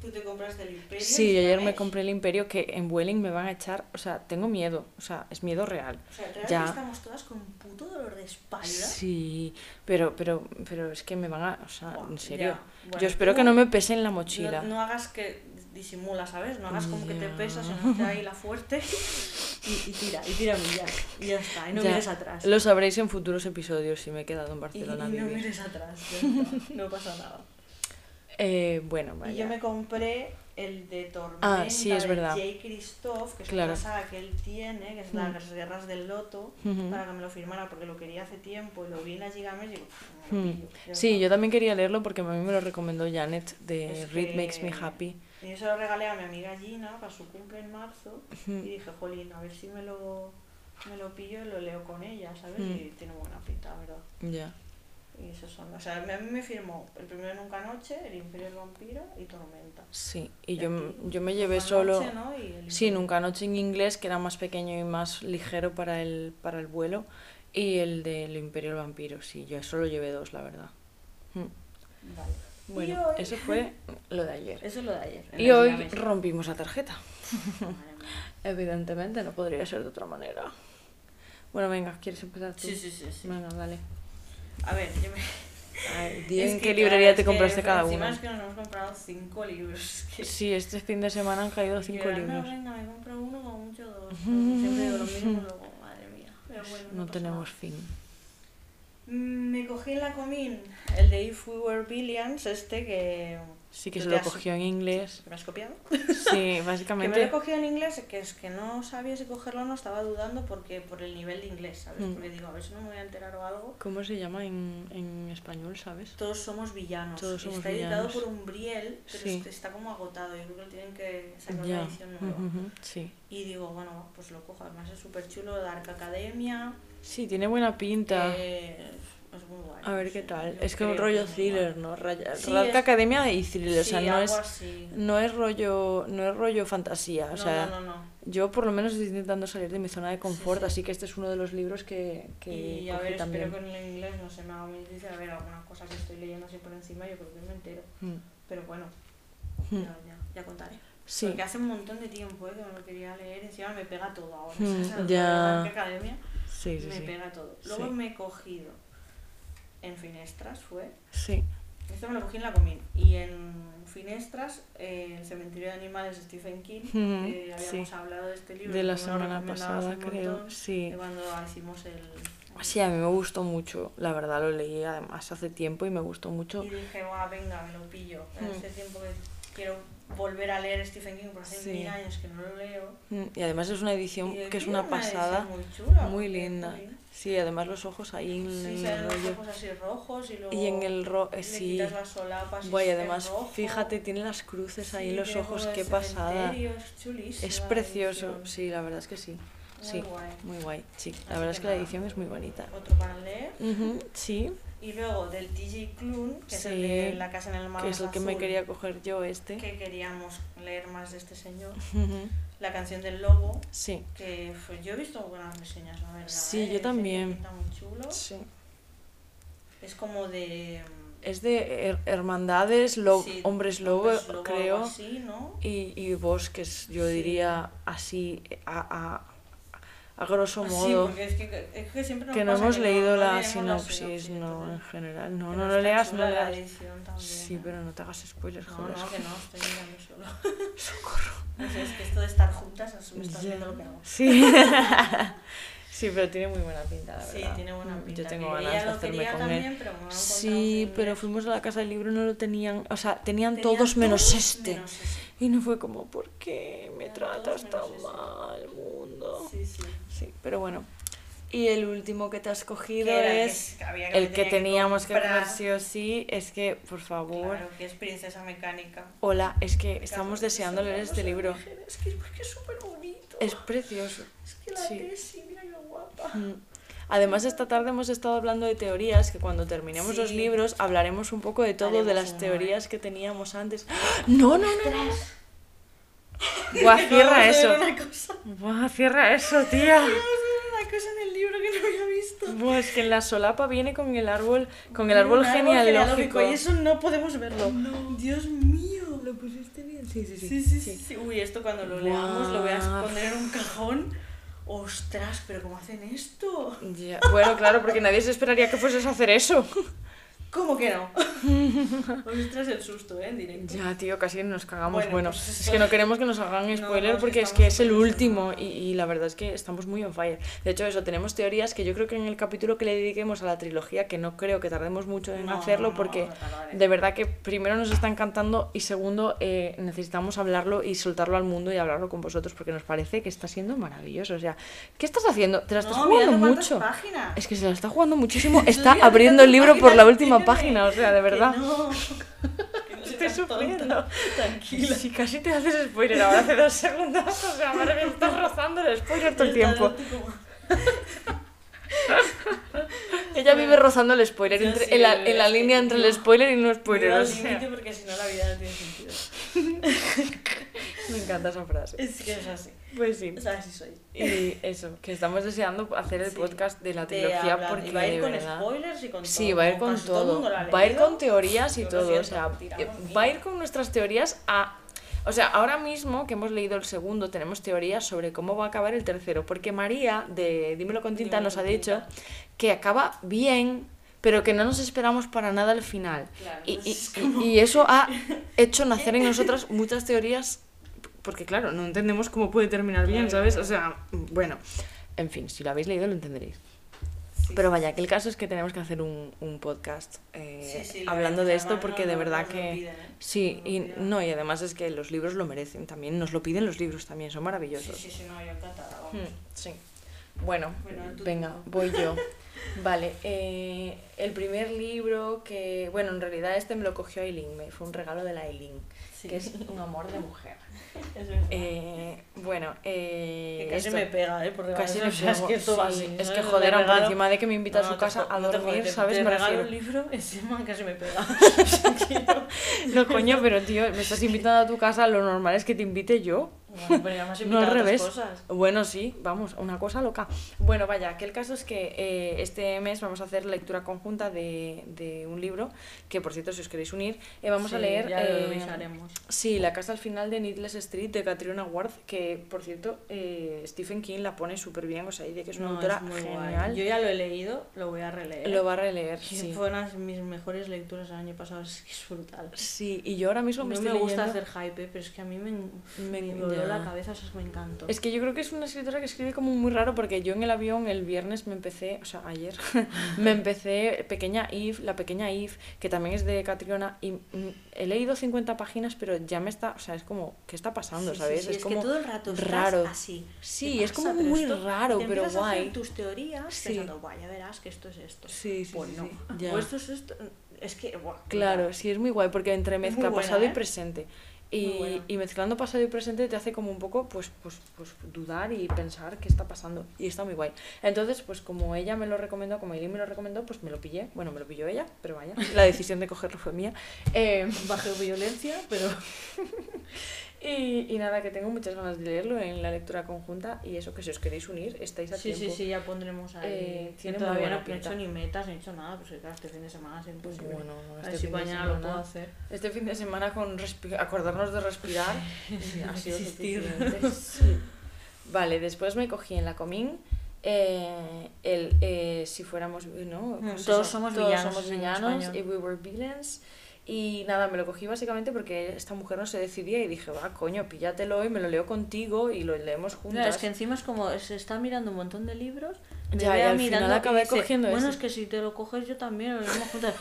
tú te compraste el Imperio. ¿eh?
Sí, ayer me
¿sabes?
compré el Imperio, que en Vueling me van a echar. O sea, tengo miedo. O sea, es miedo real.
O sea, realmente
Ya.
estamos todas con un puto dolor de espalda.
Sí, pero, pero, pero es que me van a. O sea,
Buah,
en serio.
ya. Bueno,
Yo espero
tú
que no me pese en la
No,
mochila.
no hagas que disimula, ¿sabes? No hagas como que te
Ya.
pesas, sino que ahí la fuerte y, y tira, y tira muy ya. Y ya está, y no
Ya.
mires atrás.
Lo sabréis en futuros episodios si me he quedado en
Y, y
Barcelona. a
no
vivir.
mires atrás, ya está, no pasa nada.
Eh, bueno,
Y yo
vaya.
me compré el de Tormenta
Ah, sí, es
de
verdad.
J. Christoph, que es
Claro.
una saga que él tiene, que es
Mm.
Las Guerras del Loto,
Ujú.
para que me lo firmara porque lo quería hace tiempo y lo vi en la Gigamesh y digo, "Pff, me lo
Mm.
pillo", ya
Sí,
está.
yo también quería leerlo porque a mí me lo recomendó Janet de
Es
Read
que-
Makes Me Happy.
Y yo se lo regalé a mi amiga Gina para su cumple en marzo
Mm.
y dije, jolín, a ver si me lo, me lo pillo y lo leo con ella, ¿sabes?
Mm.
Y tiene buena pinta, la ¿verdad?
Ya.
Y esos son, o sea, a mí me firmó el primero Nunca Noche, el Imperio del Vampiro y Tormenta.
Sí, y yo,
Aquí.
yo me llevé
Nunca
solo...
Noche, ¿no? Y el
Sí,
Imperio.
Nunca Noche en inglés, que era más pequeño y más ligero para el, para el vuelo. Y el del Imperio del Vampiro, sí, yo solo llevé dos, la verdad. Mm.
Vale. Y
Bueno,
hoy-
eso fue lo de ayer.
Eso es lo de ayer. en
Y
la
hoy
Gigamesh.
rompimos la tarjeta.
Madre mía.
Evidentemente, no podría ser de otra manera. Bueno, venga, ¿quieres empezar tú?
Sí, sí, sí, sí.
Venga, dale.
A ver, yo me...
Ay, di
Es
en
que,
qué
claro,
librería
es
te
que
compraste cada
encima
uno.
es que nos hemos comprado cinco libros. que-
Sí, este fin de semana han caído
Y
cinco
ahora,
libros.
No, venga, me compro uno como mucho dos. porque Siempre digo lo mismo luego, madre mía. Pero bueno,
No
pasa
tenemos
nada.
fin.
Mm, Me cogí en la comín el de If We Were Billions, este que.
Sí que
Tú
se
te
lo
has-
cogió en inglés.
¿que ¿Me has copiado?
Sí,
Que me lo he
básicamente.
cogido en inglés, que es que no sabía si cogerlo o no, estaba dudando porque por el nivel de inglés, ¿sabes?
Mm.
Porque digo, a ver si no me voy a enterar o algo.
¿Cómo se llama en, en español, sabes?
Todos somos villanos.
Todos
y
somos
está editado
villanos.
por Umbriel, pero
Sí.
este está como agotado. Yo creo que lo tienen que sacar
Ya.
una edición nueva.
Ujú, Sí.
Y digo, bueno, pues lo cojo. Además es súper chulo, Dark Academia.
Sí, tiene buena pinta.
Eh, es muy guay.
A ver
no
qué
sé,
tal.
yo
Es que un
creo
rollo
es muy
thriller,
guay.
¿no? Raya,
Sí,
Radka
es-
Academia y thriller, o sea,
Sí,
no
algo
es
así.
no es rollo no es rollo fantasía, o
No,
sea,
no, no, no.
yo por lo menos estoy intentando salir de mi zona de confort,
sí.
así que este es uno de los libros que que
Y a
cogí
ver,
también.
espero que en el inglés no se me haga muy difícil. A ver, alguna cosa que estoy leyendo así por encima, yo creo que me entero.
Mm.
Pero bueno,
Mm.
ya, ya, ya contaré.
Sí.
Porque hace un montón de tiempo eh, que me lo quería leer. Encima me pega todo ahora.
Mm,
¿sabes? Lo de
ya.
Dark Academia
Sí, sí,
me
sí.
pega todo. Luego
Sí.
me he cogido en Finestras, fue.
Sí.
Esto me lo cogí en la comín. Y en Finestras, eh, El cementerio de animales de Stephen King,
Ujú,
eh, habíamos
Hmm, sí.
hablado de este libro.
De la
que me lo
semana
recomendabas
pasada,
un
creo.
montón,
Sí.
de Cuando hicimos el.
Sí, a mí me gustó mucho. La verdad lo leí además hace tiempo y me gustó mucho.
Y dije, "Buah, venga, me lo pillo.
Mm.
Hace tiempo que quiero volver a leer Stephen King, porque hace
Sí.
mil años que no lo leo.
Mm, Y además es una edición
Y le
que es
pillo
una
edición
pasada.
Muy chula.
Muy
porque,
linda.
jolín,
Sí, además los ojos ahí en
Sí,
el
salen los
rollo.
ojos así rojos y luego.
Y en el ro... eh,
le
sí.
quitas las solapas. y
Guay,
es
además,
rojo.
fíjate, tiene las cruces ahí en
Sí,
los
tiene
ojos,
como
qué
el
pasada.
cementerio, Es chulísima
Es
la
precioso,
edición.
sí, la verdad es que sí.
Muy
Sí,
guay.
muy guay, sí. La
Así
verdad
que
es que la
nada.
edición es muy bonita.
Otro para leer.
Ujú, sí,
Y luego del TJ Klun, que es el
Sí,
de La Casa en el Mar
que es el que me
Azul,
quería coger yo este.
que queríamos leer más de este señor.
Ujú.
La canción del lobo,
Sí,
que pues, yo he visto buenas reseñas, la verdad.
Sí,
¿eh?
yo
Dicen que
también.
Está muy chulo.
sí.
Es como de... mm,
Es de her- hermandades, lo-
sí,
hombres lobo,
hombres lobo, pues, algo
creo.
así, ¿no?
Y, y bosques, yo
Sí.
diría así, a, a- a grosso
Ah, Sí,
modo.
porque es que, es que siempre nos
que no
pasa
hemos leído la
leemos
sinopsis, no, en
entonces-
general. No,
pero
no lo
está
leas, no
chula la
leas.
edición también,
Sí,
¿eh?
pero no te hagas spoilers,
No,
joder.
no, que no, estoy mirando solo. Socorro. No sé, es que esto de estar juntas es- me estás
Ya.
viendo lo que hago.
Sí. sí, pero tiene muy buena pinta, la
Sí,
verdad.
tiene buena
Mm,
pinta.
Yo tengo
que
ganas
ella
de
lo
hacerme
quería
con
también,
él.
Pero no lo encontramos
Sí,
en
pero
el-
fuimos a la casa del libro y no lo tenían. O sea, tenían,
Tenían
todos menos
todos
este.
menos ese.
Y no fue como, ¿por qué me
Tenían todos menos
tratas tan
ese.
mal, mundo?
Sí, sí.
Sí, pero bueno. Y el último que te has cogido
Que era el que
es
se- había-
el que
tenía
teníamos que
comprar.
comer sí o sí. Es que, por favor.
Claro, que es princesa mecánica.
Hola, es que
Me
estamos
cago en
deseando
eso,
leer
vamos
este
a
libro.
leer. Es que es porque es súper bonito.
Es precioso.
Es que la
sí.
tesis, mira qué guapa.
Mm. Además, esta tarde hemos estado hablando de teorías, que cuando terminemos los
Sí.
libros hablaremos un poco de todo, de
Haremos
las
uno,
teorías que teníamos antes. ¡Ah! ¡No, no, no! no! Buah,
Acabamos
cierra
de
eso.
ver Una cosa,
Buah, cierra eso, tía.
acabamos de ver una cosa en el libro que no había visto.
Buah, es que en la solapa viene con el árbol, con el
Tiene
árbol
un
genealógico.
Y eso no podemos verlo. Dios mío. Lo pusiste bien.
Sí, sí, sí.
Sí, sí, sí. Uy, esto cuando lo
Buah.
leamos lo voy a poner en un cajón. Ostras, pero ¿cómo hacen esto?
Ya, Bueno, claro, porque nadie se esperaría que fueses a hacer eso.
¿Cómo que no? Ostras, el susto, ¿eh? En directo.
Ya, tío, casi nos cagamos. Bueno,
Bueno, pues
es
eso.
que no queremos que nos hagan
No,
spoiler
no,
porque es
estamos
que es el
súper
último y,
emocionados.
y la verdad es que estamos muy on fire. De hecho, eso, tenemos teorías que yo creo que en el capítulo que le dediquemos a la trilogía, que no creo que tardemos mucho en
No,
hacerlo
no, no,
porque
no tardaré.
de verdad que primero nos está encantando y segundo eh, necesitamos hablarlo y soltarlo al mundo y hablarlo con vosotros porque nos parece que está siendo maravilloso. O sea, ¿qué estás haciendo? Te la estás
No,
jugando
mirad cuántas
mucho.
páginas.
Es que se la está jugando muchísimo, está
Mira
abriendo
cuántas
el libro por la
páginas
última
tiene.
página, o sea, de
Que
verdad.
no. Que no
Estoy
seas tonta.
sufriendo.
Tranquila.
Si casi te haces spoiler ahora hace dos segundos, o sea, madre mía, estás rozando el spoiler todo el tiempo. Ella vive rozando el spoiler,
Yo
entre,
sí,
en la, en la
es que
línea entre el
no.
spoiler y no spoiler.
Pero
o
al
sea.
límite porque si no la vida no tiene sentido.
Me encanta esa frase.
Es que es así.
Pues sí.
O sea, así soy.
Y eso, que estamos deseando hacer el
Sí.
podcast de la
Te
trilogía
hablan,
porque
y va a ir
de
con
verdad-
spoilers y con todo.
Sí, va a ir con
casi el
todo.
mundo lo ha
Va a ir
leído.
con teorías y
Yo lo
todo. O
siento,
sea,
tiramos,
eh,
mira.
va a ir con nuestras teorías a... O sea, ahora mismo que hemos leído el segundo, tenemos teorías sobre cómo va a acabar el tercero. Porque María, de Dímelo con tinta,
Dímelo
nos
con
ha dicho
tinta.
que acaba bien, pero que no nos esperamos para nada al final.
Claro,
y, y-
entonces es como-
y eso ha hecho nacer en nosotras muchas teorías porque claro, no entendemos cómo puede terminar bien, ¿sabes? O sea, bueno, en fin, si lo habéis leído lo entenderéis.
Sí,
Pero
sí,
vaya, que el caso es que tenemos que hacer un, un podcast eh,
Sí, sí, lo
hablando
veremos.
de esto
Además,
porque
no,
de
no,
verdad
nos lo
que...
piden, ¿eh?
Sí,
Nos lo
y
piden.
no, y además es que los libros lo merecen también, nos lo piden los libros también, son
Sí,
maravillosos.
sí, sí, no, yo encantada. vamos.
Mm, sí. Bueno,
Bueno, tú
venga,
tú.
voy yo. Vale, eh, el primer libro que, bueno, en realidad este me lo cogió Aileen, me fue un regalo de la Aileen,
Sí.
que es Un amor de mujer.
Es verdad.
Eh, bueno, eh,
que casi
esto.
me pega, ¿eh? Porque
Casi
o
me
sea, es
pego,
que esto va
sí.
así.
Es
¿no?
que
Le
joder, hombre,
regalo-
encima de que me invita a
No,
su
te
casa
jo-
a
no te
dormir,
jodes, te-
¿sabes?
Te
Me
regalo
refiero.
un libro, encima casi me pega.
No, coño, pero tío, me estás invitando a tu casa, lo normal es que te invite yo.
Bueno, pero ya me has
No
invitado
al
a otras
revés.
cosas.
Bueno, sí, vamos, una cosa loca. Bueno, vaya, que el caso es que eh, este mes vamos a hacer lectura conjunta de, de un libro, que por cierto, si os queréis unir, eh, vamos a
Sí,
leer...
Ya lo
eh,
revisaremos.
Sí, La casa al final de Needless Street de Catriona Ward, que por cierto, eh, Stephen King la pone súper bien, o sea, dice que es una
No,
autora
es muy guay.
genial.
Yo ya lo he leído, lo voy a releer.
Lo va a releer,
Y
sí.
Fue una de mis mejores lecturas el año pasado, es que es brutal.
Sí, y yo ahora mismo
No
me
me,
estoy
gusta
leyendo-
hacer hype, eh, pero es que a mí me,
Me-
me, voló
ya.
la cabeza, o sea, me encantó.
Es que yo creo que es una escritora que escribe como muy raro porque yo en el avión el viernes me empecé, o sea, ayer, me empecé Pequeña Eve, La Pequeña Eve, que también es de Catriona, y mm, he leído 50 páginas, pero ya me está, o sea, es como, ¿qué está
Sí,
pasando,
sí,
sabes?
sí,
es,
es
como
que todo el rato estás
raro.
así.
Sí,
¿Qué
es
pasa?
como
Pero
muy
esto-
raro,
te
pero
empiezas a
guay.
hacer tus teorías
Sí.
pensando, guay, ya verás que esto es esto.
Sí, sí,
Pues
sí,
no.
sí. Ya.
O esto es esto. Es que, buah,
Claro, sí, es muy guay porque entremezcla
buena,
pasado y
¿eh?
presente. Y,
Muy bueno.
y mezclando pasado y presente te hace como un poco pues, pues, pues dudar y pensar qué está pasando. Y está muy guay. Entonces, pues como ella me lo recomendó, como Eileen me lo recomendó, pues me lo pillé. Bueno, me lo pilló ella, pero vaya. La decisión de cogerlo fue mía. Eh, bajo violencia, pero... y, y nada, que tengo muchas ganas de leerlo en la lectura conjunta. Y eso que si os queréis unir, estáis a
Sí, sí,
tiempo.
sí, ya pondremos ahí.
Eh,
Yo
tiene muy
todavía
buena
no he hecho
pinta.
ni metas, ni he hecho nada, pues claro, este fin de semana es
Pues
imposible.
bueno,
a
este
ver si
fin de
mañana lo
semana-
puedo hacer.
Este fin de semana con respi- acordarnos de respirar y ha sido
Existir.
suficiente, sí. Vale, después me cogí en la Comín eh, el eh, si fuéramos no,
Mm,
pues
todos somos villanos
somos
en
villanos
español.
y we were villains y nada, me lo cogí básicamente porque esta mujer no se decidía y dije, va, coño, píllatelo y me lo leo contigo y lo leemos juntas.
Claro, es que encima es como se está mirando un montón de libros. me
Ya, y
vea
al final acabé
dice,
cogiendo
Bueno,
ese".
es que si te lo coges yo también, lo leemos juntas.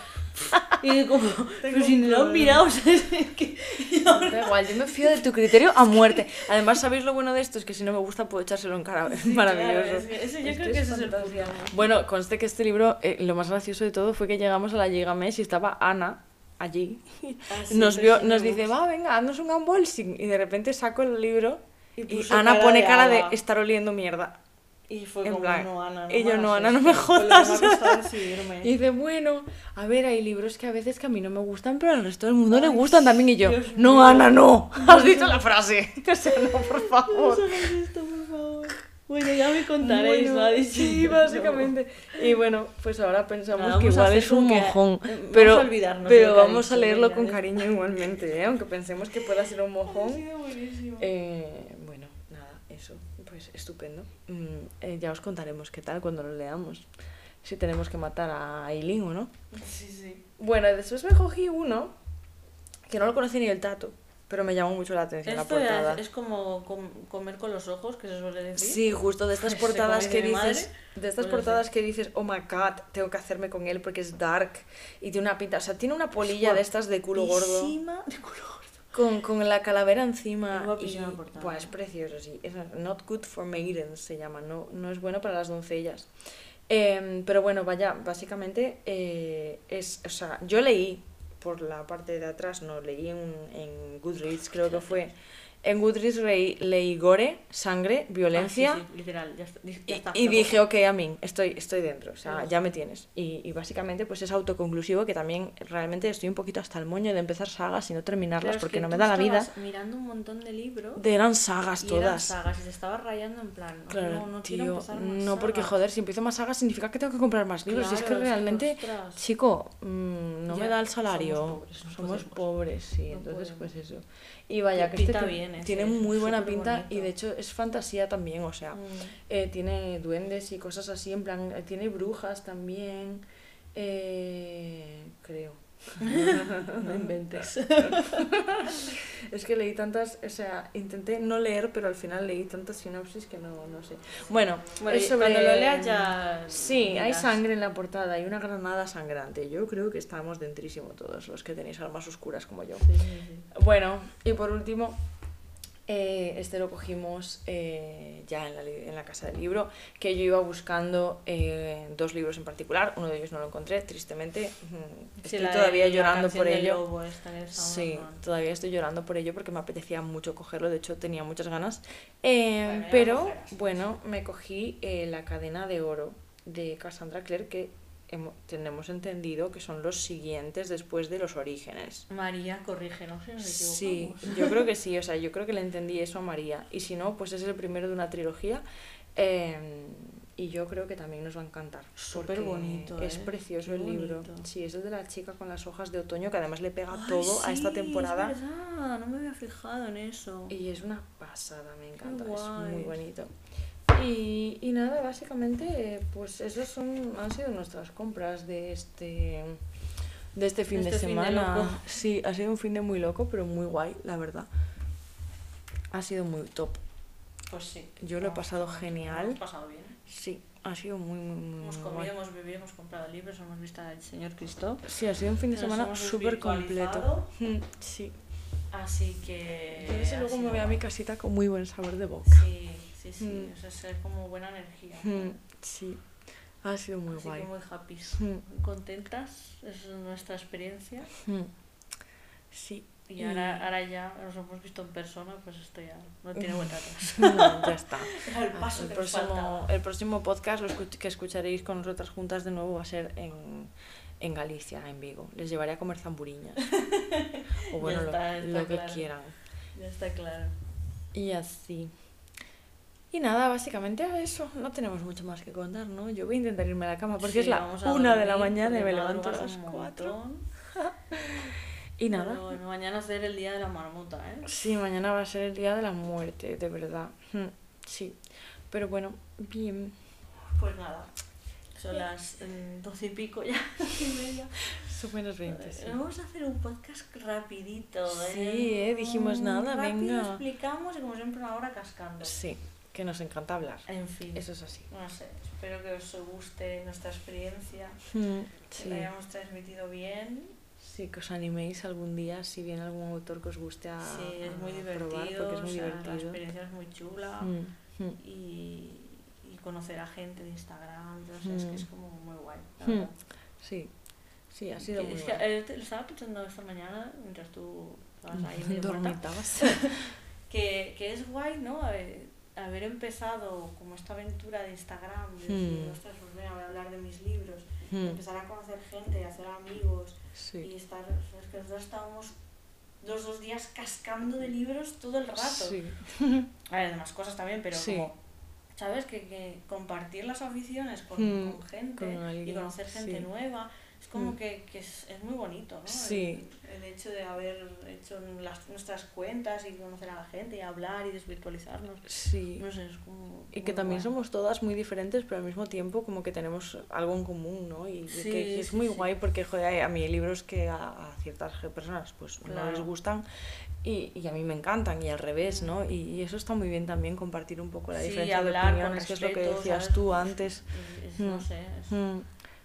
y como, pero
un
si no lo han
problema.
mirado, ¿sabes? Que-
Da igual, yo me fío de tu criterio a muerte. Además, ¿sabéis lo bueno de esto? Es que si no me gusta puedo echárselo en cara. Es maravilloso.
claro, es que ese- yo creo que ese es el punto.
Bueno, conste que este libro, eh, lo más gracioso de todo fue que llegamos a la Gigamesh y estaba Ana allí.
Ah, sí,
nos
pero
vio,
sí,
nos
me
dice, va, venga, haznos un unboxing. Y de repente saco el libro
Y
y,
puso
Ana
cara
pone
de "Este
cara
ala.
de estar oliendo mierda.
Y fue
En
como,
plan,
no, Ana, no
y yo,
me
no,
hagas
Ana, no
esto,
me
con lo que me ha
jodas.
costado decidirme.
Y dice, bueno, a ver, hay libros que a veces que a mí no me gustan, pero al resto del mundo le gustan también. Y yo,
Dios
no,
mío.
Ana, no. Has dicho la frase. O sea, no, por
No
favor.
hagas esto, por favor. Bueno, ya me contaréis,
Bueno,
va
Sí,
diciendo.
básicamente. Y bueno, pues ahora pensamos
Nada,
que
vamos a
igual
hacer
es un
con que-
mojón.
vamos a
Pero,
olvidarnos
pero
de lo que ha
vamos a
dicho,
leerlo
venga,
con
ya.
cariño igualmente, ¿eh? aunque pensemos que pueda ser un mojón.
buenísimo.
Eh, bueno, nada, eso. Pues estupendo. Mm, eh, ya os contaremos qué tal cuando lo leamos. Si tenemos que matar a Aileen o no.
Sí, sí.
Bueno, después me cogí uno que no lo conocí ni el tato, pero me llamó mucho la atención
Esto
la
ya
portada.
Este es, es como com- comer con los ojos, que se suele decir.
Sí, justo de estas
Se
portadas
come
que
de mi
dices, de estas
Pues así.
portadas que dices, oh my god, tengo que hacerme con él porque es dark y tiene una pinta, o sea, tiene una polilla de estas de culo gordo
Guapísima, de culo gordo.
con, con la calavera encima
Es
y
guapísima portada.
buah, es precioso, sí, es not good for maidens se llama, no, no es bueno para las doncellas. Em, pero bueno, vaya, básicamente eh, es, o sea, yo leí por la parte de atrás, no, leí en, en Goodreads, creo que fue. En Goodreads leí, leí gore, sangre, violencia.
Ah, sí, sí, literal, ya está. di- ya
Y,
está,
y
lo
dije, "Oh, ok, a mí, estoy, estoy dentro, o sea,
Ujú.
ya me tienes. Y, y básicamente pues es autoconclusivo que también realmente estoy un poquito hasta el moño de empezar sagas y no
Claro,
terminarlas
es
porque
que
no me
tú
da la vida.
estabas Mirando un montón de libros.
De eran sagas
y eran
todas.
sagas, y te estabas rayando en plan.
Claro,
no, no quiero
tío,
empezar más
no porque
sagas.
joder, si empiezo más sagas significa que tengo que comprar más libros. y es que
Claro, es que,
realmente,
ostras.
chico, mm, no
Ya,
me da el
somos
salario.
pobres, no podemos.
pobres, sí,
No
entonces
podemos.
pues eso. Y vaya, que
Pinta
este ti-
bien, ese,
tiene
es
muy buena pinta y
superbonito.
de hecho es fantasía también, o sea,
Mm.
Eh, tiene duendes y cosas así, en plan, eh, tiene brujas también, eh, creo.
No inventes.
Es que leí tantas, o sea, intenté no leer, pero al final leí tantas sinopsis que no, no sé. Bueno,
Bueno,
es
y cuando
sobre-
lo leas ya.
Sí, hay
dirás.
sangre en la portada, hay una granada sangrante. Yo creo que estamos dentrísimo todos los que tenéis almas oscuras como yo.
Sí, sí, sí.
Bueno, y por último, eh, este lo cogimos eh, ya en la, li- en la casa del libro, que yo iba buscando eh, dos libros en particular, uno de ellos no lo encontré, tristemente,
Sí,
mm, estoy
la de-
todavía
la
llorando
canción
por
del
ello.
lobo esta que estábamos
Sí,
hablando.
todavía estoy llorando por ello porque me apetecía mucho cogerlo, de hecho tenía muchas ganas. Eh,
Bueno, ya lo
pero
cogerás.
bueno, me cogí eh, la cadena de oro de Cassandra Clare que hemo- tenemos entendido que son los siguientes después de los orígenes.
María, corrígenos si nos
Sí,
equivocamos.
yo creo que sí, o sea, yo creo que le entendí eso a María. Y si no, pues es el primero de una trilogía. eh, y yo creo que también nos va a encantar.
Súper
porque
bonito,
Es
¿eh?
precioso
Qué
el libro.
bonito.
Sí, es el de la chica con las hojas de otoño que además le pega
Ay,
todo a esta
sí, es
temporada.
verdad, no me había fijado en eso.
Y es una pasada, me encanta,
Qué
es
guay.
muy bonito. Y, y nada, básicamente, eh, pues esas son, han sido nuestras compras de este, de este fin de
Este fin de
semana.
loco.
sí, ha sido un fin de muy loco, pero muy guay, la verdad. Ha sido muy top.
Pues sí.
Yo lo he
Ah,
pasado
Lo
genial.
hemos pasado bien.
Sí, ha sido muy, muy, muy,
Hemos
muy
comido,
guay.
hemos bebido, hemos comprado libros, hemos visto al señor Cristo.
Sí, ha sido un fin de
Nos
semana
hemos
súper completo. Mm, Sí.
Así que.
Entonces luego
así
me voy a
va.
mi casita con muy buen sabor de boca.
Sí, sí, sí.
Mm.
O sea, ser como buena energía.
Mm, Sí, ha sido muy
Así
guay.
que muy happy.
Mm. Hmm.
Contentas, es nuestra experiencia.
Mm. Sí.
Y ahora, ahora ya nos hemos visto en persona, pues esto ya no tiene vuelta atrás.
No, Hmm, ya está.
Era el paso
el,
que nos faltaba.
próximo, el próximo podcast lo escu- que escucharéis con nosotras juntas de nuevo va a ser en, en Galicia, en Vigo. Les llevaré a comer zamburiñas. O bueno,
Ya está,
lo,
está
lo que
claro.
quieran.
Ya está claro.
Y así. Y nada, básicamente a eso. No tenemos mucho más que contar, ¿no? Yo voy a intentar irme a la cama Ah, porque es la una de la mañana y me levanto a las cuatro. Y nada.
Pero bueno, mañana será el día de la marmota, ¿eh?
Sí, mañana va a ser el día de la muerte, de verdad. Mm, Sí. Pero bueno, bien.
Pues nada. Son las mm, doce y pico ya. y media.
Son menos 20, sí.
Vamos a hacer un podcast rapidito, ¿eh?
Sí, eh, dijimos
Mm,
nada,
rápido
venga.
explicamos y como siempre una hora cascando.
Sí, que nos encanta hablar.
En fin.
Eso es así.
No sé, espero que os guste nuestra experiencia.
Mm,
Que
Sí.
la hayamos transmitido bien.
Sí, que os animéis algún día si viene algún autor que os guste a,
sí, es
a
muy divertido.
probar, porque es
o
muy
sea, La
divertido.
experiencia es muy chula.
Mm, mm.
Y, y conocer a gente de Instagram. No sé, es que es como muy guay. la
Mm.
verdad.
Sí, sí, ha
Y
sido
que-
muy
es que,
bueno.
eh, te- lo estaba pensando esta mañana mientras tú estabas ahí medio muerta,
Dormitabas.
que, que es guay, ¿no? Eh, haber empezado como esta aventura de Instagram, de decir,
Mm.
ostras, pues venga, voy a hablar de mis libros,
Mm,
empezar a conocer gente, hacer amigos, y
Sí.
estar, es que nosotros estábamos los dos días cascando de libros todo el rato.
Sí.
A ver, demás cosas también, pero
Sí.
como, ¿sabes? Que, que compartir las aficiones con,
Mm,
con gente
con alguien,
y conocer gente
sí.
nueva, es como
Mm.
que, que es, es muy bonito, ¿no?
Sí.
El, el hecho de haber hecho las- nuestras cuentas y conocer a la gente y hablar y desvirtualizarnos.
Sí.
No sé, es como...
Y
muy
que también
guay.
somos todas muy diferentes, pero al mismo tiempo como que tenemos algo en común, ¿no? Y
Sí,
que es
sí,
muy
sí.
guay porque, joder, a mí hay libros que a, a ciertas ge- personas pues no
Claro.
les gustan y, y a mí me encantan y al revés, ¿no? Y, y eso está muy bien también compartir un poco la
Sí,
diferencia
hablar con
de opiniones, que es lo que
respeto,
decías
¿sabes? Pues
tú antes.
Es- es- No
Mm.
sé, es-
Mm.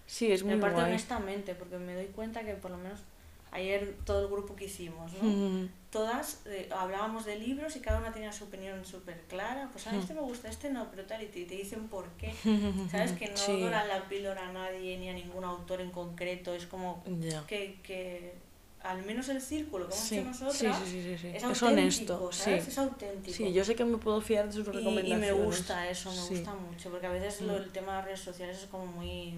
Sí, es
Y
muy
aparte
guay.
honestamente, porque me doy cuenta que por lo menos ayer todo el grupo que hicimos, ¿no?
Mm.
todas eh, hablábamos de libros y cada una tenía su opinión súper clara. Pues a
Mm.
este me gusta, este no, pero tal, y te, te dicen por qué. ¿Sabes? Que no
Sí.
doran la píldora a nadie ni a ningún autor en concreto. Es como
Ya.
que, que al menos el círculo que hemos
Sí,
hecho nosotras
sí, sí, sí, sí, sí.
es
Es
auténtico.
honesto,
¿sabes?
sí.
Es auténtico.
Sí, yo sé que me puedo fiar de sus
Y- y,
recomendaciones.
me gusta ¿eh? eso, me
Sí.
gusta mucho, porque a veces lo- el tema de las redes sociales es como muy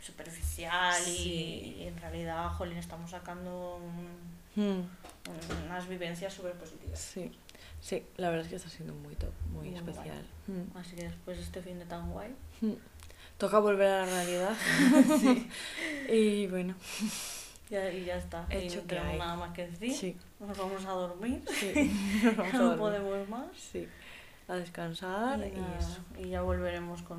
superficial y-
Sí.
y, en realidad, jolín, estamos sacando un-
Mm.
un- unas vivencias súper positivas.
Sí, sí, la verdad es que está siendo muy top, muy,
Muy
especial.
Así que después de este fin de tan guay.
Mm, mm. Toca volver a la realidad. Y bueno,
Ya, y ya está.
Hecho
y
que
no tenemos
hay.
nada más que decir.
sí,
Nos vamos a dormir.
sí. Nos vamos a
no
dormir.
podemos más.
Sí, a descansar y,
Y, nada,
eso.
y ya volveremos con.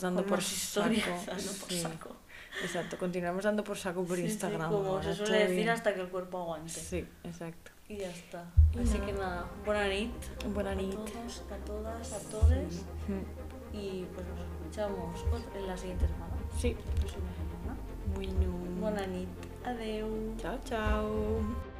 con-
dando
con
por
más historias,
saco,
dando por
sí,
saco.
Exacto, continuamos dando por saco por
Sí, sí,
Instagram.
como
ahora,
se
todo
suele decir,
bien.
hasta que el cuerpo aguante.
Sí, exacto.
Y ya está. Así que nada, buena nit.
Buena nit.
A todos, a todas, a todos.
Mm,
Y pues nos escuchamos ot- en la siguiente semana.
Sí,
La próxima semana.
bueno.
Buena nit. Adeu.
Chao, chao.